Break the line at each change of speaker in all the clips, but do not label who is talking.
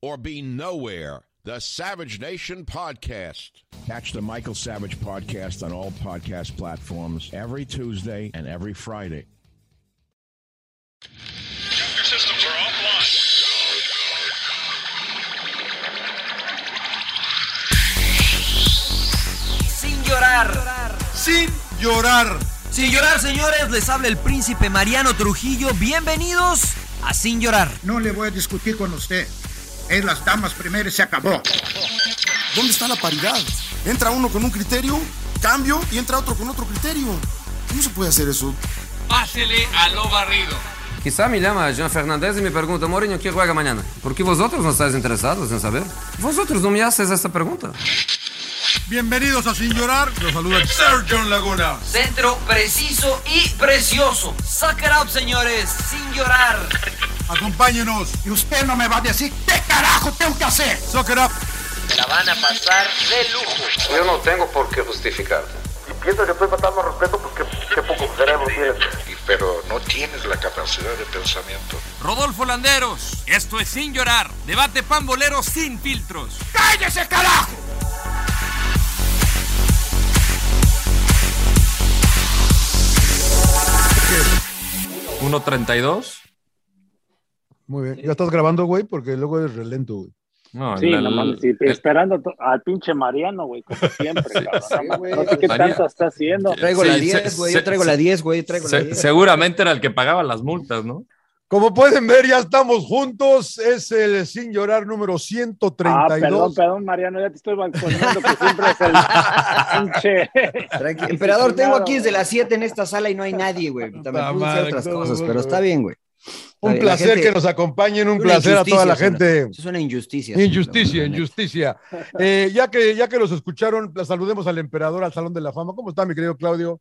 or be nowhere. The Savage Nation Podcast. Catch the Michael Savage Podcast on all podcast platforms every Tuesday and every Friday.
Your systems are offline.
Sin llorar.
sin llorar.
Sin llorar, señores, les habla el príncipe Mariano Trujillo. Bienvenidos a Sin llorar.
No le voy a discutir con usted. Es las damas primero y se acabó.
¿Dónde está la paridad? Entra uno con un criterio, cambio y entra otro con otro criterio. ¿Cómo se puede hacer eso?
Pásele a lo barrido.
Quizá me llama Jean Fernández y me pregunta, Mourinho, ¿qué juega mañana? Porque vosotros no estáis interesados en saber. Vosotros no me haces esta pregunta.
Bienvenidos a Sin Llorar. Los saluda Sergio Laguna.
Centro preciso y precioso. Suck it up, señores. Sin llorar.
Acompáñenos.
Y usted no me va a decir qué carajo tengo que hacer.
Suck it up.
La van a pasar de lujo.
Yo no tengo por qué justificarte.
Y piensa que estoy faltando al respeto porque qué poco cerebro tienes. Pero no tienes la capacidad de pensamiento.
Rodolfo Landeros, esto es Sin Llorar. Debate pambolero sin filtros.
¡Cállese, carajo!
¿1.32?
Muy bien. ¿Ya estás grabando, güey? Porque luego eres relento, güey.
No,
Sí,
la-
no mames, y
el-
esperando a to- al pinche Mariano, güey, como siempre. cabrón. no sé qué
Mariano.
tanto está haciendo.
Traigo
Sí,
la
se-
10, güey. Yo
se-
traigo la 10, güey. Yo traigo la
se-
10.
seguramente era el que pagaba las multas, ¿no?
Como pueden ver, ya estamos juntos. Es el Sin Llorar número
Ah, perdón,
132.
perdón, Mariano, ya te estoy balconeando, que siempre es el pinche.
Tranqui- Emperador, tengo aquí desde
la
las 7 en esta sala y no hay nadie, güey. También
Puta
pude hacer
madre,
otras
todo
cosas,
mundo,
pero
güey.
está bien, güey. Está
Un
bien. La
placer
gente-
que nos acompañen, un
Una
placer a toda la
injusticia,
gente.
señor. Eso Es una injusticia. señor,
Injusticia,
la neta.
injusticia. Eh, ya, que, ya que los escucharon, la saludemos al emperador, al Salón de la Fama. ¿Cómo está, mi querido Claudio?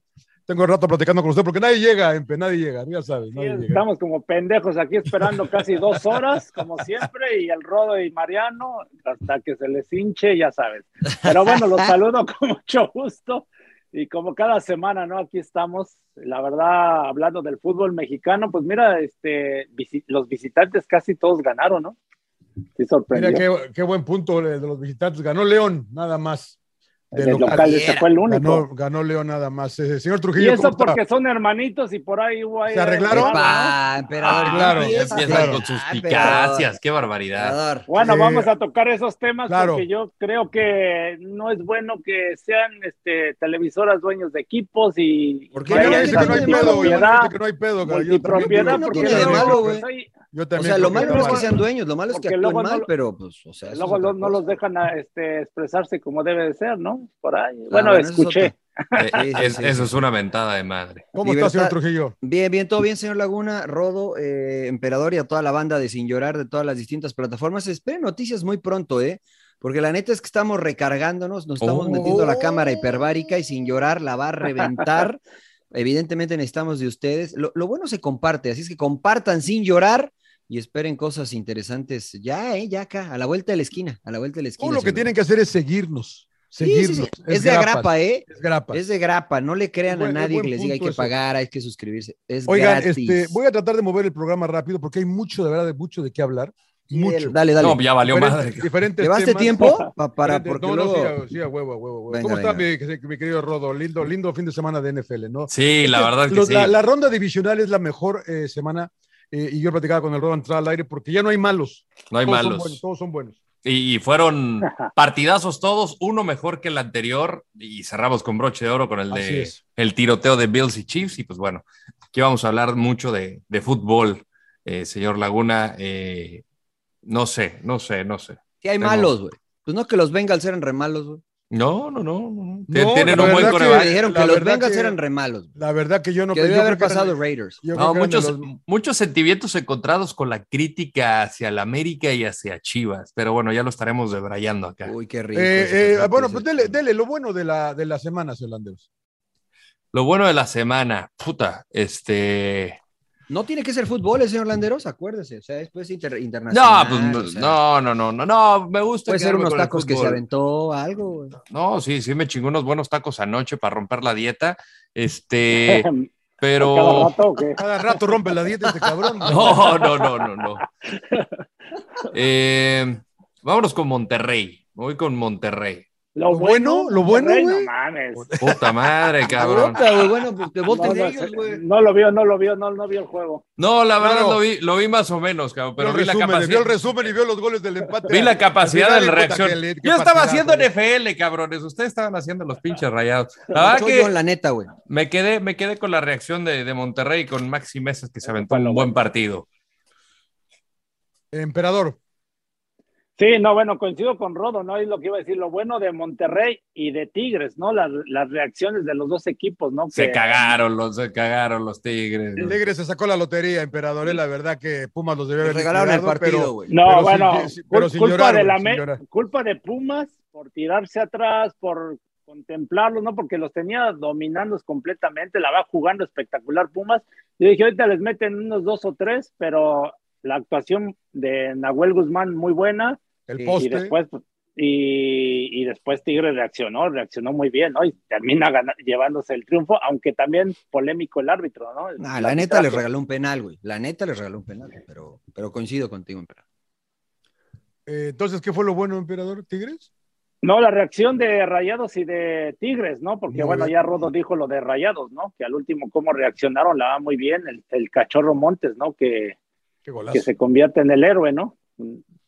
Tengo rato platicando con usted porque nadie llega, em- Empe, nadie llega, ya sabes. nadie llega.
Estamos como pendejos aquí esperando casi dos horas, como siempre, y el Rodo y Mariano, hasta que se les hinche, ya sabes. Pero bueno, los saludo con mucho gusto. Y como cada semana, ¿no? Aquí estamos, la verdad, hablando del fútbol mexicano, pues mira, este, visi- los visitantes casi todos ganaron, ¿no? Sí, sorprendió.
Mira qué, qué buen punto el de los visitantes. Ganó León, nada más. De
el
local.
local, ese fue el único.
Ganó, ganó León nada más. Eh, señor
y
Trujillo,
eso
¿cómo está?
porque son hermanitos y por ahí hubo ahí-
¿Se arreglaron?
¿no?
Epa, emperador.
Ah,
¿qué
claro,
empiezas?
empiezan
Claro.
con
Ah,
Picacias, qué barbaridad.
emperador, emperador.
Bueno,
Sí.
vamos a tocar esos temas
Claro.
porque yo creo que no es bueno que sean este, televisoras dueños de equipos y
¿Por qué?
y
Mariano
Ahí
dice
está,
que no hay
ahí
pedo,
está.
güey, Mariano
multipropiedad,
dice que no hay pedo, güey. Yo también
multipropiedad,
creo
no
que-
porque
tiene de
luego,
malo,
pues,
güey.
ahí-
Yo
O
también
sea, lo
creo
malo
que
no es
no.
que sean dueños, lo malo es que
Porque
actúen
luego no
mal,
lo-
pero pues, o sea. eso
luego
es
lo-
otra
no los
cosa.
dejan a, este, expresarse como debe de ser, ¿no? Por ahí.
Ah,
bueno,
bueno, eso es
escuché.
Eh,
otra. Sí, sí,
es-
sí,
eso
sí.
es una mentada de madre.
¿Cómo está,
Libertad-
señor Trujillo?
Bien, bien, todo bien, señor Laguna, Rodo, eh, Emperador y a toda la banda de Sin Llorar de todas las distintas plataformas. Esperen noticias muy pronto, ¿eh? Porque la neta es que estamos recargándonos, nos estamos
Oh.
metiendo a la cámara hiperbárica y Sin Llorar la va a reventar. Evidentemente necesitamos de ustedes. Lo, lo bueno se comparte, así es que compartan Sin Llorar y esperen cosas interesantes ya, ¿eh? Ya acá, a la vuelta de la esquina, a la vuelta de la esquina.
Todo lo que
señor.
tienen que hacer es seguirnos. Sí, sí, sí.
seguirnos.
Es, de
grapas,
agrapa, ¿eh?
Es grapa.
Es de grapa. No le crean
Buen-
a nadie
buen
que les diga hay
punto
que
eso.
pagar, hay que suscribirse. Es
Oigan,
gratis.
este, voy a tratar de mover el programa rápido porque hay mucho, de verdad, de mucho de qué hablar. Mucho.
dale, dale. No,
ya valió
Diferentes-
madre.
Diferentes
¿Llevaste
temas.
tiempo? Pa- para,
Diferentes-
porque
Este, no, no, sí,
luego-
a- sí, a huevo, a huevo, a huevo.
Venga,
¿Cómo está mi, mi querido Rodo? Lindo, lindo fin de semana de NFL, ¿no?
Sí, la
Este,
verdad que
los-
sí.
La, la ronda divisional es la mejor eh, semana eh, y yo platicaba con el Rodo entrar al aire porque ya no hay malos.
No hay
Todos son
malos.
buenos, todos son buenos.
Y, y fueron partidazos todos, uno mejor que el anterior, y cerramos con broche de oro con el
Así
de
es.
el tiroteo de Bills y Chiefs. Y pues bueno, aquí vamos a hablar mucho de, de fútbol, eh, señor Laguna. eh, no sé, no sé, no sé.
Sí hay
Tengo-
malos, güey. Pues no que los Bengals eran re malos, güey.
No, no, no. no.
Te-
No,
tienen
la
un buen
verdad
coreback.
que-
Dijeron que
la
los
verdad
Bengals
que-
eran re malos.
La verdad que yo no
Que
yo
debió haber
creo que
pasado
eran-
Raiders.
yo creo
No,
que eran de
muchos,
los-
muchos sentimientos encontrados con la crítica hacia la América y hacia Chivas, pero bueno, ya lo estaremos debrayando acá.
Uy, qué rico.
Eh, eh, bueno, pues dele, dele lo bueno de la, de la semana, Celanderos.
Lo bueno de la semana, puta, este.
No tiene que ser fútbol, el señor Landeros, acuérdese. O sea, después inter-
No,
internacional.
pues no,
o sea,
no, no, no, no, no, me gusta.
Puede ser
quedarme
unos
con el
tacos que se
fútbol.
aventó, algo. güey.
No, sí, sí, me chingó unos buenos tacos anoche para romper la dieta.
Eh,
Este,
Cada
pero.
rato, ¿o qué?
Ah,
Cada rato rompe la dieta este cabrón.
No, no, no, no, no. Eh, vámonos con Monterrey. Me Voy con Monterrey.
Lo bueno, lo bueno,
Monterrey,
güey.
No mames.
Puta madre, cabrón.
Puta, güey, bueno, pues que voten
No, no,
ellos,
se-
güey.
no lo vio, no lo vio, no, no vio el juego.
No, la verdad
Claro.
lo vi, lo vi más o menos, cabrón, pero
Vio el
vi la
resumen, vio el
capacidad.
resumen y vio los goles del em- empate.
Vi la capacidad
Al
de
final,
la
puta,
reacción.
que le- que
Yo estaba
partidazo,
haciendo
güey.
NFL, cabrones. Ustedes estaban haciendo los pinches rayados. La
La
verdad
echó
que
John, la neta, güey.
me quedé, me quedé con la reacción de, de Monterrey con Maxi Mesas que se aventó un buen partido.
Emperador.
Sí, no, bueno, coincido con Rodo, ¿no? Es lo que iba a decir, lo bueno de Monterrey y de Tigres, ¿no? Las, las reacciones de los dos equipos, ¿no?
Se
Que-
cagaron los, se cagaron los Tigres.
El Tigre se sacó la lotería, Emperador. eh, La verdad que Pumas los debió
Le
haber
regalaron el
liquidado,
partido,
pero-
güey.
No,
pero
bueno,
sin- sin-
cul-
pero sin
culpa,
llorar,
de
güey,
la
sin
Me-
llorar.
culpa de Pumas por tirarse atrás, por contemplarlos, ¿no? Porque los tenía dominando completamente, la va jugando espectacular Pumas. Yo dije, ahorita les meten unos dos o tres, pero la actuación de Nahuel Guzmán muy buena.
El
Y-
poste.
Y después, y, y después Tigres reaccionó, reaccionó muy bien, ¿no? Y termina gana- llevándose el triunfo, aunque también polémico el árbitro, ¿no?
Nah, Ah, la neta les regaló un penal, güey. La neta les regaló un penal, pero, pero coincido contigo, emperador.
Eh, entonces, ¿qué fue lo bueno, Emperador? ¿Tigres?
No, la reacción de Rayados y de Tigres, ¿no? Porque
Muy
bueno,
bien.
ya Rodo dijo lo de Rayados, ¿no? Que al último cómo reaccionaron, la va muy bien el, el cachorro Montes, ¿no? Que,
Qué golazo.
que se convierte en el héroe, ¿no?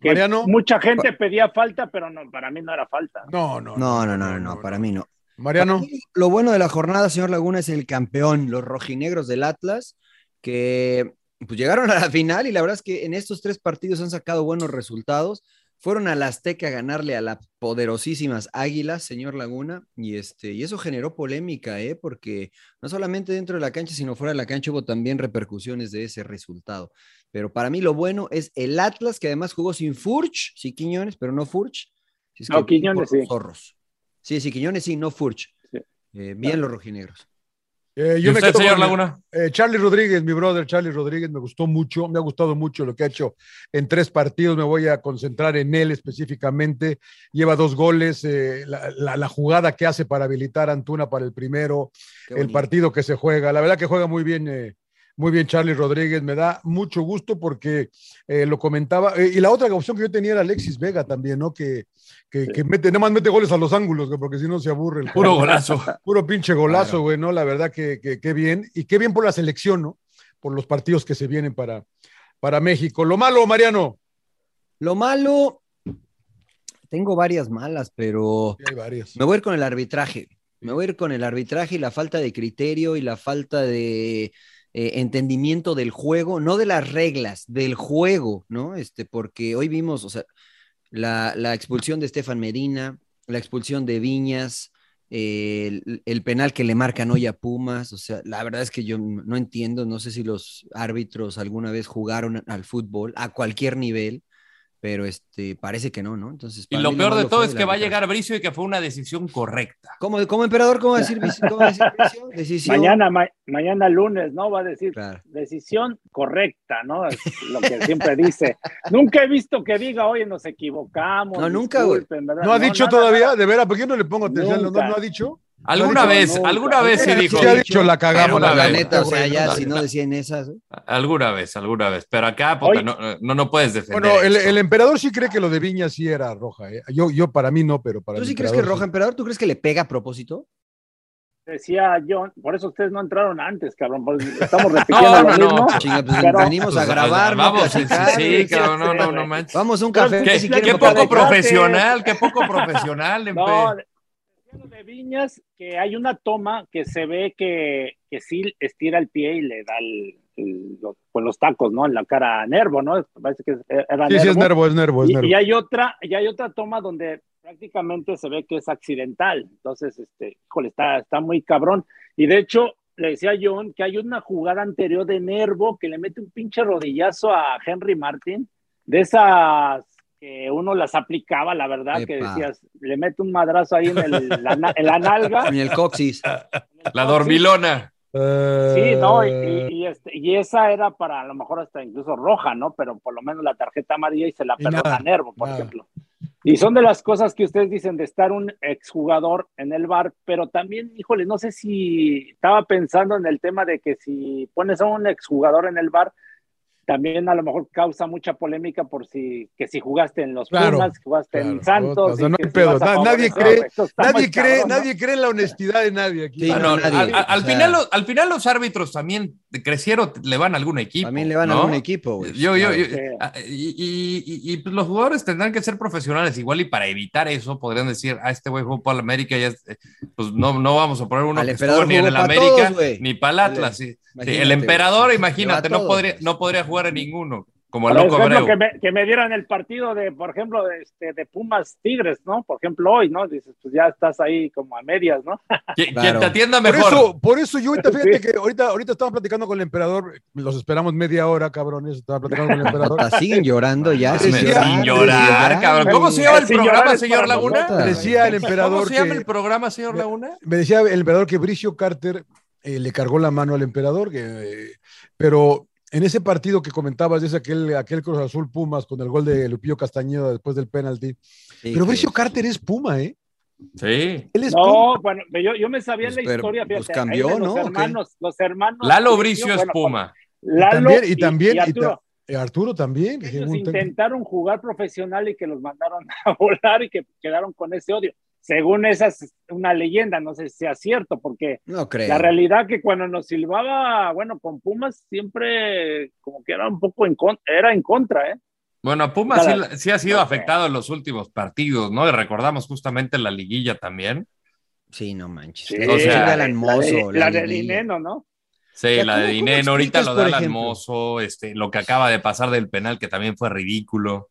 Que
Mariano.
mucha gente pedía falta, pero no, para mí no era falta.
No, no,
No, no, no, no, no, para mí no.
Mariano.
Lo bueno de la jornada, señor Laguna, es el campeón, los rojinegros del Atlas, que pues, llegaron a la final y la verdad es que en estos tres partidos han sacado buenos resultados. Fueron al Azteca a ganarle a las poderosísimas Águilas, señor Laguna, y, este, y eso generó polémica, ¿eh? porque no solamente dentro de la cancha, sino fuera de la cancha hubo también repercusiones de ese resultado. Pero para mí lo bueno es el Atlas, que además jugó sin Furch, sí Quiñones, pero no Furch. Si es
No, Quiñones
por
sí.
Zorros. Sí, sí, Quiñones sí, no Furch.
Sí.
Eh, bien los rojinegros.
Eh,
¿Y
yo me
usted,
quedo
señor
con-
Laguna?
Eh, Charlie Rodríguez, mi brother Charlie Rodríguez, me gustó mucho, me ha gustado mucho lo que ha hecho en tres partidos, me voy a concentrar en él específicamente, lleva dos goles, eh, la, la- la jugada que hace para habilitar a Antuna para el primero,
Qué
el
bonito.
partido que se juega, la verdad que juega muy bien, eh, muy bien Charlie Rodríguez, me da mucho gusto porque eh, lo comentaba, eh, y la otra opción que yo tenía era Alexis Vega también, ¿no? Que, que, que mete, nada más mete goles a los ángulos, güey, porque si no se aburre el
Puro
juego.
golazo.
Puro pinche golazo, güey, ¿no? La verdad que, que, que bien. Y qué bien por la selección, ¿no? Por los partidos que se vienen para, para México. Lo malo, Mariano.
Lo malo, tengo varias malas, pero
Sí, hay varias.
me voy a ir con el arbitraje. Me voy a ir con el arbitraje y la falta de criterio y la falta de eh, entendimiento del juego, no de las reglas, del juego, ¿no? Este, porque hoy vimos, o sea, la, la expulsión de Estefan Medina, la expulsión de Viñas, eh, el, el penal que le marcan hoy a Pumas, o sea, la verdad es que yo n- no entiendo, no sé si los árbitros alguna vez jugaron al fútbol a cualquier nivel, pero este, parece que no, ¿no? Entonces,
Y
para
lo
mí
peor
malo
de todo
fue
es
el
que va a
arbitraje.
llegar Bricio y que fue una decisión correcta.
¿Cómo, cómo emperador? ¿Cómo va a decir, Vici- cómo va a decir Vicio? Decisión.
Mañana, ma- mañana lunes, ¿no? Va a decir decisión correcta, ¿no? Es lo que siempre dice. nunca he visto que diga, oye, nos equivocamos.
No, nunca, güey.
disculpen, ¿verdad?
¿No ha dicho
nada,
todavía? ¿De veras? ¿Por qué no le pongo atención? ¿No,
Nunca.
no ha dicho?
Alguna vez, alguna vez sí dijo.
Sí ha dicho, la cagamos.
Alguna
la
vez.
Neta, o sea, ya
Alguna
si
vez.
no decían esas.
Alguna vez, alguna vez. Pero acá, puta, no, no, no puedes defender.
Bueno, el,
eso.
el emperador sí cree que lo de Viña sí era roja. ¿eh? Yo, yo para mí no, pero para
¿Tú
el
sí crees que
emperador
Roja Emperador? ¿Tú crees que le pega a propósito?
Decía John, por eso ustedes no entraron antes, cabrón. por- Estamos repitiendo
no,
lo
no,
mismo.
chinga, pues,
pero-
venimos a grabar, no
Vamos, sí,
platicar,
sí,
güey.
cabrón, no, no, no manches.
Vamos a un café.
Qué,
si
qué
quieren botar de
poco
gratis.
profesional, qué poco profesional. empe.
No, de- decía lo de Viñas, que hay una toma que se ve que, que sí estira el pie y le da el- el- lo- pues los tacos, ¿no? En la cara a Nervo, ¿no? Parece que era
Sí, sí, es nervo, es nervo, es
y,
nervo.
y hay otra, y hay otra toma donde prácticamente se ve que es accidental. Entonces, este, híjole, está, está muy cabrón. Y de hecho, le decía a John que hay una jugada anterior de Nervo que le mete un pinche rodillazo a Henry Martin, de esas que uno las aplicaba, la verdad, que
Epa.
decías, le mete un madrazo ahí en, el- la, na- en la nalga.
Ni el coxis.
Ah, La dormilona.
Sí, no, y,
Eh,
y- y este- y esa era para a lo mejor hasta incluso roja, ¿no? Pero por lo menos la tarjeta amarilla y se la
Y
perdona
nada,
Nervo, por
nada.
ejemplo. Y son de las cosas que ustedes dicen de estar un exjugador en el bar, pero también, híjole, no sé si estaba pensando en el tema de que si pones a un exjugador en el bar, también a lo mejor causa mucha polémica por si que si jugaste en los
Claro,
Pumas, que jugaste en
Roja.
Santos.
O sea,
y
no
que
hay
si
pedo.
vas a
Na- nadie
favorecer.
cree,
Esto está muy
nadie, cree,
cabrón, ¿no?
nadie cree en la honestidad de nadie aquí.
Ah, no, al, al- al final, los- al final los árbitros también crecieron, le van a algún equipo. También
le van a algún equipo, güey.
Yo, yo,
Claro.
yo-
Sí.
ah, y, y- y- y, pues, los jugadores tendrán que ser profesionales igual y para evitar eso podrían decir, ah, este güey jugó para la América, ya, es- eh, pues no, no vamos a poner uno
Al
que
emperador
estuvo ni en
jugó
el
pa'
América
todos, güey.
ni para el Atlas. sí. Sí, el
imagínate,
emperador,
güey.
imagínate,
Le va a
no
todos,
podría, no podría jugar a ninguno, como a
Por
Pues Loco
ejemplo,
Abreu.
Que me, que me dieran el partido de, por ejemplo, de, este, de Pumas Tigres, ¿no? Por ejemplo, hoy, ¿no? Dices, pues ya estás ahí como a medias, ¿no?
Que- que te atienda
Por
mejor.
eso, por eso yo ahorita, fíjate
Sí.
que ahorita, ahorita estaba platicando con el emperador, los esperamos media hora, cabrones, estaba platicando con el emperador.
Puta, siguen llorando ya.
Sin
sin
llorar,
cabrón. ¿Cómo se llama el
Sin
programa,
llorar es
señor
para
Laguna?
nosotras. Decía el emperador
¿Cómo se llama
que-
el programa, señor Laguna?
Me decía el emperador que Bricio Carter eh, le cargó la mano al emperador, que, eh, pero en ese partido que comentabas, es aquel, aquel Cruz Azul Pumas con el gol de Lupillo Castañeda después del penalti. pero Bricio Carter es Puma, ¿eh?
Sí.
Él es
No,
Puma.
bueno, yo, yo me sabía
Pues,
la
pero,
historia.
pues,
fíjate, ahí
cambió,
de
¿no?
Los
¿O qué?
hermanos, los hermanos.
Lalo Bricio es
bueno,
Puma.
Lalo
y también, y,
y Arturo.
ta- y Eh, Arturo también. que
ellos
según tengo-
intentaron jugar profesional y que los mandaron a volar y que quedaron con ese odio. Según esa es una leyenda, no sé si sea cierto, porque
No creo.
la realidad que cuando nos silbaba, bueno, con Pumas siempre como que era un poco en contra, era en contra, ¿eh?
Bueno, a Pumas sí,
Cada-
la- sí ha sido afectado en los últimos partidos, ¿no? Y recordamos justamente la liguilla también.
Sí, no manches.
Sí,
La
o sea,
de Alan Mozo,
la, de
Lili.
Dineno, ¿no?
Sí,
sea,
la de
¿cómo- cómo
Dineno, ahorita
explicas,
lo de
por
Alan
ejemplo?
Mozo, este, lo que acaba de pasar del penal, que también fue ridículo.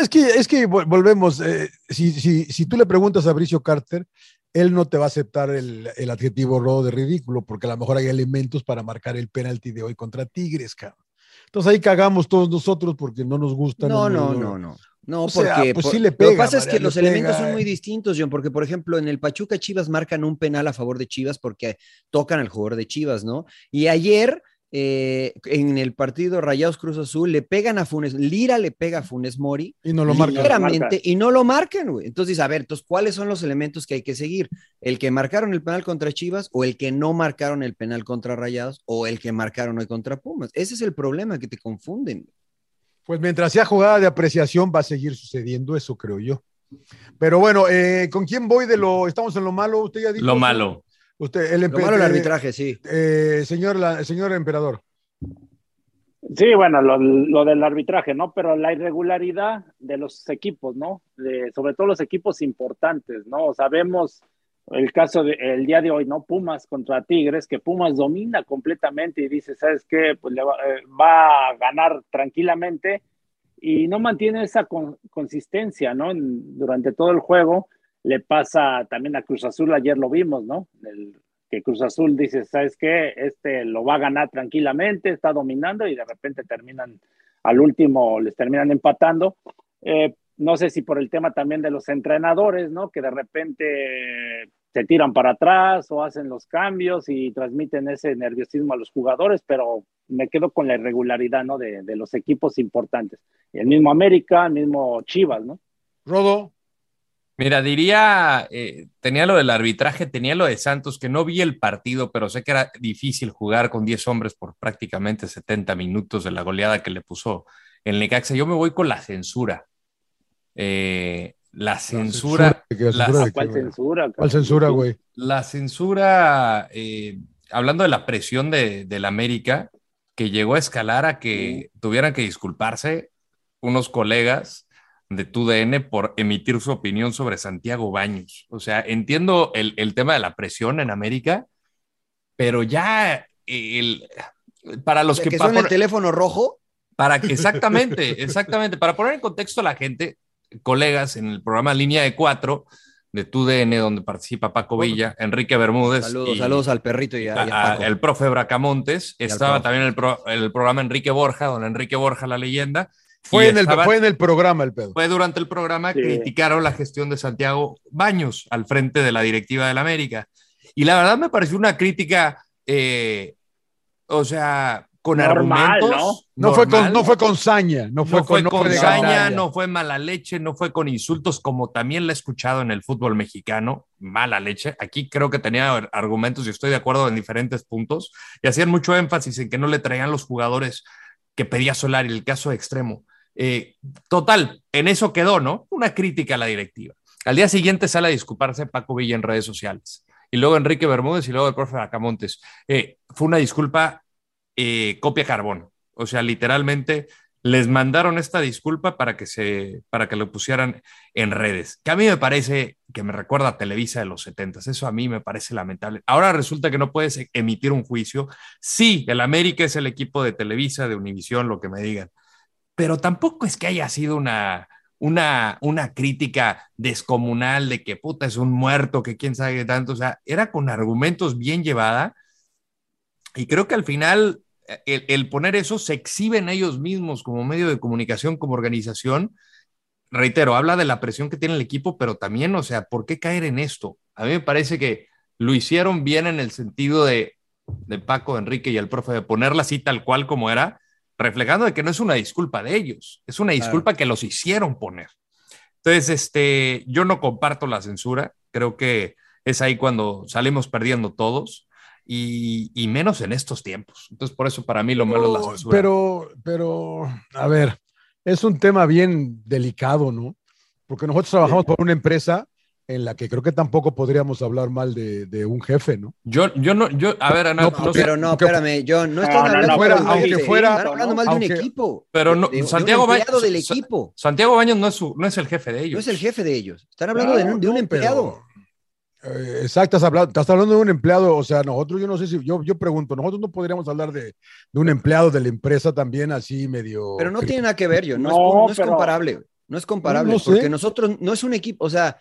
Es que, es que vol- volvemos, eh, si, si, si tú le preguntas a Bricio Carter, él no te va a aceptar el, el adjetivo rodo de ridículo, porque a lo mejor hay elementos para marcar el penalti de hoy contra Tigres, cabrón. Entonces ahí cagamos todos nosotros porque no nos gusta.
No, no,
nos-
no, no. No,
O
porque
sea, pues
por-
sí le pega,
lo que pasa es
María,
que
le
los
pega,
elementos son
eh.
muy distintos, John, porque por ejemplo en el Pachuca Chivas marcan un penal a favor de Chivas porque tocan al jugador de Chivas, ¿no? Y ayer eh, en el partido Rayados Cruz Azul le pegan a Funes, Lira le pega a Funes Mori
Y no lo marcan.
ligeramente,
Marcan.
y no lo marcan, güey. Entonces, a ver, entonces, ¿cuáles son los elementos que hay que seguir? ¿El que marcaron el penal contra Chivas o el que no marcaron el penal contra Rayados o el que marcaron hoy contra Pumas? Ese es el problema, que te confunden.
Pues mientras sea jugada de apreciación va a seguir sucediendo eso, creo yo. Pero bueno, eh, ¿con quién voy de lo, estamos en lo malo? Usted ya dijo.
Lo malo.
Usted, el,
Lo
empe-
malo el
eh,
arbitraje, sí.
eh, señor, la- señor emperador.
Sí, bueno, lo, lo del arbitraje, ¿no? Pero la irregularidad de los equipos, ¿no? De- sobre todo los equipos importantes, ¿no? Sabemos el caso del día de hoy, ¿no? Pumas contra Tigres, que Pumas domina completamente y dice, ¿sabes qué? Pues le va, eh, va a ganar tranquilamente y no mantiene esa con- consistencia, ¿no? En- durante todo el juego le pasa también a Cruz Azul, ayer lo vimos, ¿no? El que Cruz Azul dice, ¿sabes qué? Este lo va a ganar tranquilamente, está dominando y de repente terminan al último les terminan empatando. Eh, no sé si por el tema también de los entrenadores, ¿no? Que de repente se tiran para atrás o hacen los cambios y transmiten ese nerviosismo a los jugadores, pero me quedo con la irregularidad, ¿no? De, de los equipos importantes. El mismo América, el mismo Chivas, ¿no?
Rodo.
Mira, diría, eh, tenía lo del arbitraje, tenía lo de Santos, que no vi el partido, pero sé que era difícil jugar con 10 hombres por prácticamente 70 minutos de la goleada que le puso el Necaxa. Yo me voy con la censura. Eh, la censura.
¿De qué? ¿La censura de qué,
¿Cuál
güey?
censura?
¿Cuál censura, güey?
La censura, eh, hablando de la presión de, del América, que llegó a escalar a que tuvieran que disculparse unos colegas de TUDN por emitir su opinión sobre Santiago Baños. O sea, entiendo el, el tema de la presión en América, pero ya el, para los
O sea,
que,
que
pa-
suena el
por-
teléfono rojo.
para que, exactamente, exactamente. Para poner en contexto a la gente, colegas, en el programa Línea de Cuatro de TUDN, donde participa Paco Villa, Enrique Bermúdez.
Saludos,
y-
saludos al perrito y a, y a
a-
Paco.
Pues Ah, el profe Bracamontes.
al
Estaba
profe.
también el, pro- el programa Enrique Borja, don Enrique Borja, la leyenda.
Fue
Y
en, el,
estaba-
fue en el programa el pedo.
fue durante el programa que criticaron la gestión de Santiago Baños al frente de la directiva del América. Y la verdad me pareció una crítica, eh, o sea, con
Normal,
argumentos.
No, fue con,
normal.
no fue con saña, no
No
fue con, no fue de
saña,
ganar.
no fue mala leche, no fue con insultos como también la he escuchado en el fútbol mexicano, mala leche. Aquí creo que tenía ar- argumentos y estoy de acuerdo en diferentes puntos y hacían mucho énfasis en que no le traían los jugadores que pedía Solari, el caso extremo. Eh, total, en eso quedó, ¿no? Una crítica a la directiva. Al día siguiente sale a disculparse Paco Villa en redes sociales y luego Enrique Bermúdez y luego el profe Acamontes. Eh, fue una disculpa eh, copia carbón. O sea, literalmente les mandaron esta disculpa para que se para que lo pusieran en redes. Que a mí me parece que me recuerda a Televisa de los 70 Eso a mí me parece lamentable. Ahora resulta que no puedes emitir un juicio. Sí, el América es el equipo de Televisa, de Univisión, lo que me digan. Pero tampoco es que haya sido una una una crítica descomunal de que puta es un muerto, que quién sabe qué tanto, o sea, era con argumentos bien llevada. Y creo que al final eh, el, el poner eso se exhiben ellos mismos como medio de comunicación, como organización. Reitero, habla de la presión que tiene el equipo, pero también, o sea, ¿por qué caer en esto? A mí me parece que lo hicieron bien en el sentido de, de Paco, Enrique y el profe, de ponerla así tal cual como era, reflejando de que no es una disculpa de ellos, es una
Claro.
disculpa que los hicieron poner. Entonces, este, yo no comparto la censura, creo que es ahí cuando salimos perdiendo todos y, y menos en estos tiempos. Entonces, por eso para mí lo malo es la censura.
Pero, pero, a ver, es un tema bien delicado, ¿no? Porque nosotros trabajamos por una empresa en la que creo que tampoco podríamos hablar mal de, de un jefe, ¿no?
Yo, yo no, yo, a ver, Ana,
No,
no sé-
Pero no,
aunque-
espérame, John, no están
no, no,
hablando
fuera-
mal de un
aunque
jefe,
fuera-
están hablando mal de un
aunque-
equipo.
pero no,
de- de un
Santiago Baños,
empleado del
Sa-
equipo.
Santiago Baños no es, su- no es el jefe de ellos.
No es el jefe de ellos. Están hablando
Claro,
de, un, de un
no,
empleado.
Eh, Exacto, estás hablando, estás hablando de un empleado, o sea, nosotros, yo no sé si, yo, yo pregunto, nosotros no podríamos hablar de, de un empleado de la empresa también así medio...
Pero no tiene nada que ver, yo. No, es,
No,
no es
pero-
comparable. güey. No es comparable.
No, no sé.
Porque nosotros no es un equipo. O sea,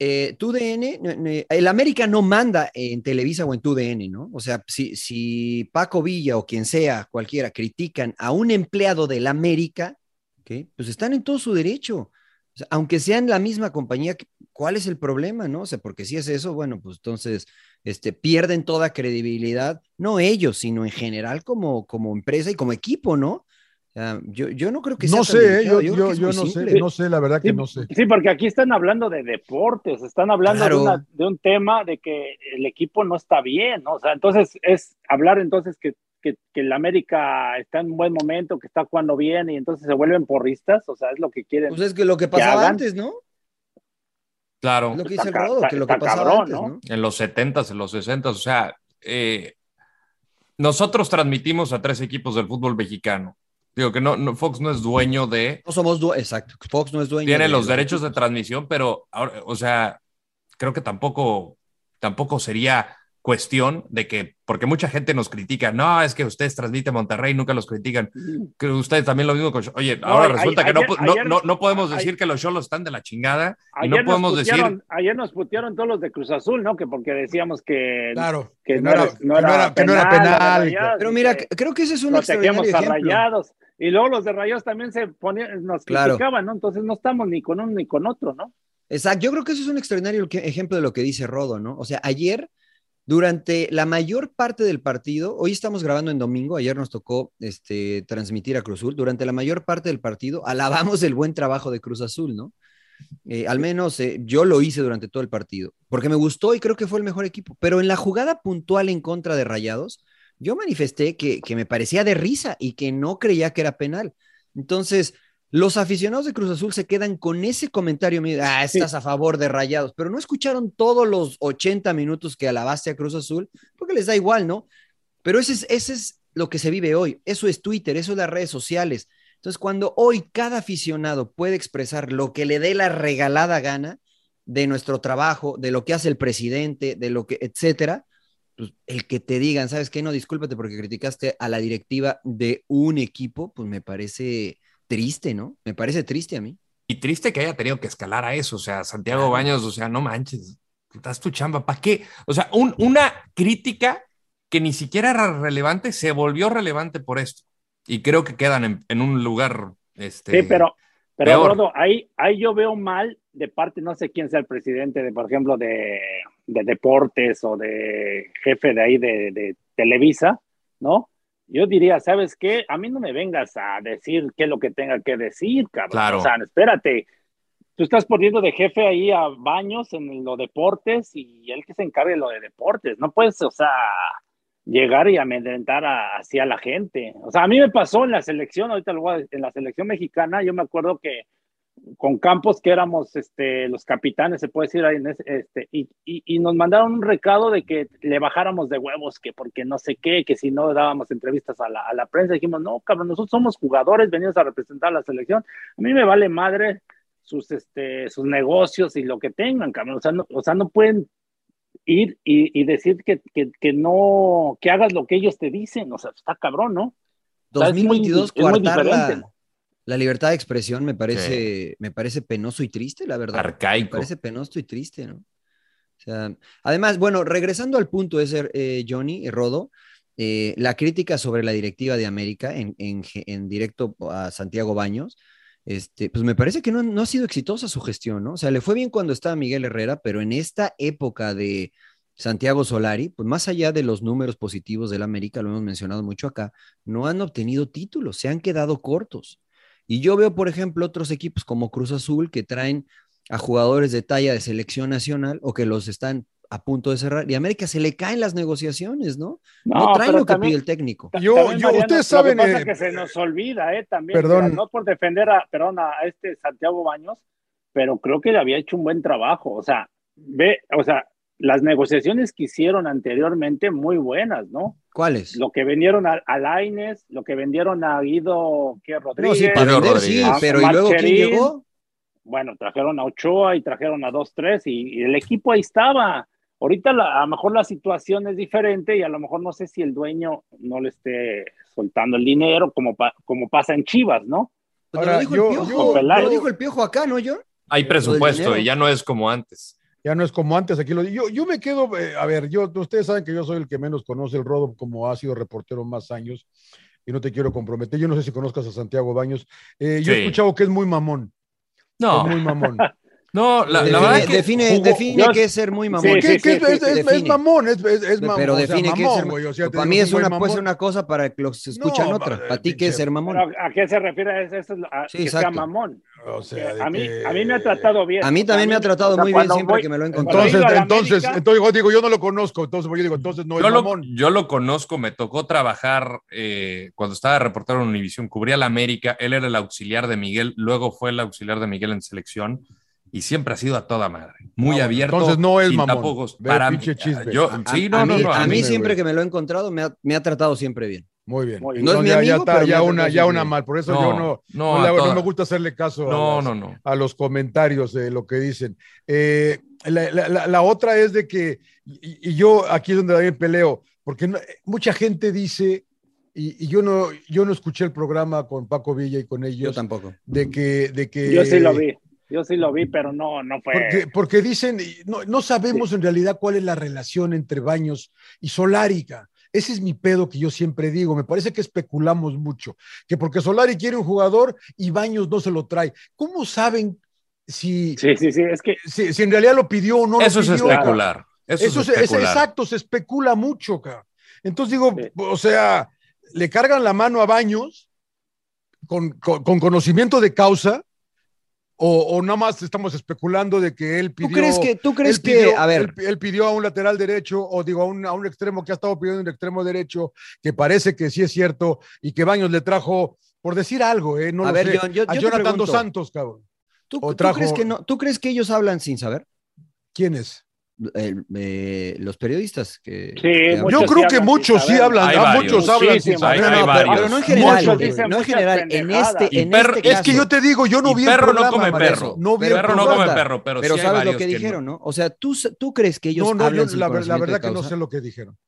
eh, TUDN, ne- ne- el América no manda en Televisa o en TUDN, ¿no? O sea, si, si Paco Villa o quien sea, cualquiera, critican a un empleado del América, ¿ok? pues están en todo su derecho. O sea, aunque sean la misma compañía, ¿cuál es el problema, no? O sea, porque si es eso, bueno, pues entonces este, pierden toda credibilidad, no ellos, sino en general como, como empresa y como equipo, ¿no? O sea, yo, yo no creo que sea
No
tan
sé, eh, yo,
delicado,
yo,
creo que es
yo
muy
no sé,
simple.
no sé, la verdad que no sé.
Sí, porque aquí están hablando de deportes, están hablando
Claro.
de, una- de un tema de que el equipo no está bien, ¿no? o sea, entonces es hablar entonces que, que, que el América está en un buen momento, que está jugando bien y entonces se vuelven porristas, o sea, es lo que quieren.
Pues es que lo que pasaba
hagan.
antes, ¿no?
Claro.
Lo que
Está
dice el
ca-
Rodo,
está-
que lo que
está
pasaba
cabrón,
antes,
¿no?
¿no?
en los 70s, en los 60s. O sea, eh, nosotros transmitimos a tres equipos del fútbol mexicano. Digo que no, no- Fox no es dueño de.
No somos dueños, exacto. Fox no es dueño.
Tiene
de
los derechos de transmisión, pero ahora, o sea, creo que tampoco, tampoco sería cuestión de que, porque mucha gente nos critica, no, es que ustedes transmiten Monterrey, nunca los critican,
Mm.
que ustedes también lo mismo con, oye,
No,
ahora
a-
resulta que no,
ayer-
po- no,
ayer-
no, no podemos
a-
decir que los cholos están de la chingada y
Ayer,
no podemos
nos
decir
putearon, ayer nos putearon todos los de Cruz Azul, ¿no? Que porque decíamos que,
Claro,
que, no, era,
que no era- que no era
penal,
penal.
Rayados,
Pero
y
mira,
que
creo que ese es un
protegíamos
extraordinario
a
ejemplo.
Rayados. Y luego los de Rayos también se ponían, nos
Claro.
criticaban, ¿no? Entonces no estamos ni con uno ni con otro, ¿no?
Exacto, yo creo que eso es un extraordinario que- ejemplo de lo que dice Rodo, ¿no? O sea, ayer, durante la mayor parte del partido, hoy estamos grabando en domingo, ayer nos tocó este, transmitir a Cruz Azul, durante la mayor parte del partido alabamos el buen trabajo de Cruz Azul, ¿no? Eh, al menos eh, yo lo hice durante todo el partido, porque me gustó y creo que fue el mejor equipo, pero en la jugada puntual en contra de Rayados, yo manifesté que, que me parecía de risa y que no creía que era penal. Entonces, los aficionados de Cruz Azul se quedan con ese comentario, mío, ah, estás a favor de Rayados, pero no escucharon todos los 80 minutos que alabaste a Cruz Azul, porque les da igual, ¿no? Pero ese es, ese es lo que se vive hoy, eso es Twitter, eso es las redes sociales. Entonces, cuando hoy cada aficionado puede expresar lo que le dé la regalada gana de nuestro trabajo, de lo que hace el presidente, de lo que, etcétera, pues, el que te digan, ¿sabes qué? No, discúlpate porque criticaste a la directiva de un equipo, pues me parece triste, ¿no? Me parece triste a mí.
Y triste que haya tenido que escalar a eso. O sea, Santiago Baños, o sea, no manches, estás tu chamba, ¿para qué? O sea, un- una crítica que ni siquiera era relevante se volvió relevante por esto. Y creo que quedan en, en un lugar. Este,
Sí, pero, pero
peor.
Rodo, ahí, ahí yo veo mal de parte, no sé quién sea el presidente, de, por ejemplo, de, de deportes o de jefe de ahí de, de Televisa, ¿no? Yo diría, ¿sabes qué? A mí no me vengas a decir qué es lo que tenga que decir, cabrón.
Claro.
O sea, espérate. Tú estás poniendo de jefe ahí a Baños en los deportes y él que se encargue de lo de deportes. No puedes, o sea, llegar y amedrentar a, hacia la gente. O sea, a mí me pasó en la selección, ahorita lo voy a- en la selección mexicana, yo me acuerdo que con Campos, que éramos este, los capitanes, se puede decir, ahí en ese- este, y, y- y nos mandaron un recado de que le bajáramos de huevos, que porque no sé qué, que si no dábamos entrevistas a la, a la prensa, dijimos, no, cabrón, nosotros somos jugadores, venimos a representar a la selección, a mí me vale madre sus, este, sus negocios y lo que tengan, cabrón, o sea, no, o sea, no pueden ir y, y decir que, que, que no, que hagas lo que ellos te dicen, o sea, está cabrón, ¿no? O sea, es muy-
2022
es muy
coartar
diferente,
la, la libertad de expresión me parece, me parece penoso y triste, la verdad.
Arcaico.
Me parece penoso y triste, ¿no? O sea, además, bueno, regresando al punto de ser eh, Johnny y Rodo, eh, la crítica sobre la directiva de América en, en ge- en directo a Santiago Baños, este, pues me parece que no, no ha sido exitosa su gestión, ¿no? O sea, le fue bien cuando estaba Miguel Herrera, pero en esta época de Santiago Solari, pues más allá de los números positivos del América, lo hemos mencionado mucho acá, no han obtenido títulos, se han quedado cortos. Y yo veo, por ejemplo, otros equipos como Cruz Azul que traen a jugadores de talla de selección nacional o que los están a punto de cerrar. Y a América se le caen las negociaciones, ¿no? No,
No,
traen
pero
lo que
también-
pide el técnico.
Ta- también, Mariano, lo que pasa es que se nos olvida, ¿eh? También,
eh, Perdón.
mira, no por defender a, perdón, a este Santiago Baños, pero creo que le había hecho un buen trabajo. O sea, ve, o sea, las negociaciones que hicieron anteriormente, muy buenas, ¿no?
¿Cuáles?
Lo que vendieron a, a Lainez, lo que vendieron a Guido ¿qué,
No,
Rodríguez.
sí, para vender, sí,
a
pero ¿y luego quién
Marcherín.
llegó?
Bueno, trajeron a Ochoa y trajeron a dos, tres, y, y el equipo ahí estaba. Ahorita la- a lo mejor la situación es diferente y a lo mejor no sé si el dueño no le esté soltando el dinero como, pa- como pasa en Chivas, ¿no?
Pues lo dijo el piojo, lo dijo el piojo acá, ¿no, John?
Hay presupuesto
dinero.
y ya no es como antes.
Ya no es como antes, aquí lo digo. Yo, yo me quedo, eh, a ver, yo, ustedes saben que yo soy el que menos conoce el rodo, como ha sido reportero más años, y no te quiero comprometer. Yo no sé si conozcas a Santiago Baños. Eh, yo he
Sí.
escuchado que es muy mamón.
No.
Es muy mamón.
No, la,
Define-
la verdad que
define-
jugó-
define qué es ser muy mamón.
¿Qué-
Sí,
qué
sí,
es,
sí,
es- es- es
define.
mamón, es, es- es mamón.
pero
o sea,
define qué es
mamón,
ser
güey, o sea, te
Para
digo,
mí es
un güey
una, puede
mamón.
ser una cosa, para que los que escuchan
No,
otra.
ma-
Para ti, ¿qué es ser mamón?
Pero, ¿A qué se refiere eso? Eso es lo- a-
Sí,
que
exacto.
sea mamón.
O sea, de
a, mí,
que-
a mí me ha tratado bien.
A mí
O sea,
también me ha tratado
o sea,
muy bien
cuando
siempre
voy-
que me lo he encontrado.
Entonces,
Cuando he ido a la
entonces,
América-
entonces, yo digo, yo no lo conozco, entonces pues, yo digo, entonces no es
yo,
mamón.
lo, yo lo conozco, me tocó trabajar eh, cuando estaba reportero en Univisión, cubría la América, él era el auxiliar de Miguel, luego fue el auxiliar de Miguel en selección y siempre ha sido a toda madre, muy abierto.
entonces no es
sin
mamón.
tapujos.
Ve,
Para mí,
pinche chisme.
yo,
A-
sí, no,
a
no,
mí,
no,
a mí
me-
siempre que me lo he encontrado me ha, me ha tratado siempre bien.
Muy bien.
No es
Entonces,
mi
ya-
amigo,
ya, está,
pero me
ya
ha
una,
pues,
tratado
ya
bien.
una mal. Por eso
No,
yo no,
no,
no le
a
hago- no
toda.
me gusta hacerle caso
No,
a, las-
no, no.
a los comentarios de lo que dicen. Eh, la, la- la- la otra es de que, y, y yo aquí es donde también peleo, porque no- eh, mucha gente dice, y, y yo, no, yo no escuché el programa con Paco Villa y con ellos.
Yo tampoco.
De que, de que
Yo sí lo vi. Yo sí lo vi, pero no, no fue.
eh, porque, porque dicen, y no, no sabemos en realidad cuál es la relación entre Baños y Solárica. Ese es mi pedo que yo siempre digo. Me parece que especulamos mucho. Que porque Solari quiere un jugador y Baños no se lo trae. ¿Cómo saben si,
sí, sí, sí, es que...
si, si en realidad lo pidió o no?
Eso
lo
es
pidió?
especular. Eso,
Eso,
es
se- es-
especular.
exacto, se especula mucho, cabrón. Entonces digo, o sea, le cargan la mano a Baños con, con- con conocimiento de causa. O, o nada más estamos especulando de que él pidió.
crees que- tú crees
él pidió-
que- a ver.
Él, él pidió a un lateral derecho, o digo, a un, a un extremo que ha estado pidiendo un extremo derecho, que parece que sí es cierto, y que Baños le trajo, por decir algo, ¿eh? No
A
lo
ver,
sé,
John, yo-
a
yo te
Jonathan dos
pregunto.
Santos, cabrón.
¿Tú,
O
tú
trajo-
crees que no, ¿Tú crees que ellos hablan sin saber?
¿Quién es?
El- eh, los periodistas que.
Sí,
que
muchos
hablan.
Yo creo sí que hablan sin muchos sí saber. hablan, Hay ah, varios. muchos hablan sin
Muchísimos.
saber.
No, no,
Hay
pero-
varios.
pero no en
Muchos
general. eh,
dicen
no en
muchas
general. En este,
Y
en
perro-
este
es que
caso.
yo te digo, yo no
Y
vi el
perro no
programa,
come
por eso.
perro.
No vi el
Perro no
programa.
come perro, pero Pero sí hay ¿sabes lo varios que que dijeron, no? O sea, tú, tú crees que ellos
No, no,
hablan
yo
sin
la, ver- la
conocimiento de
verdad que no
causa?
sé lo que dijeron.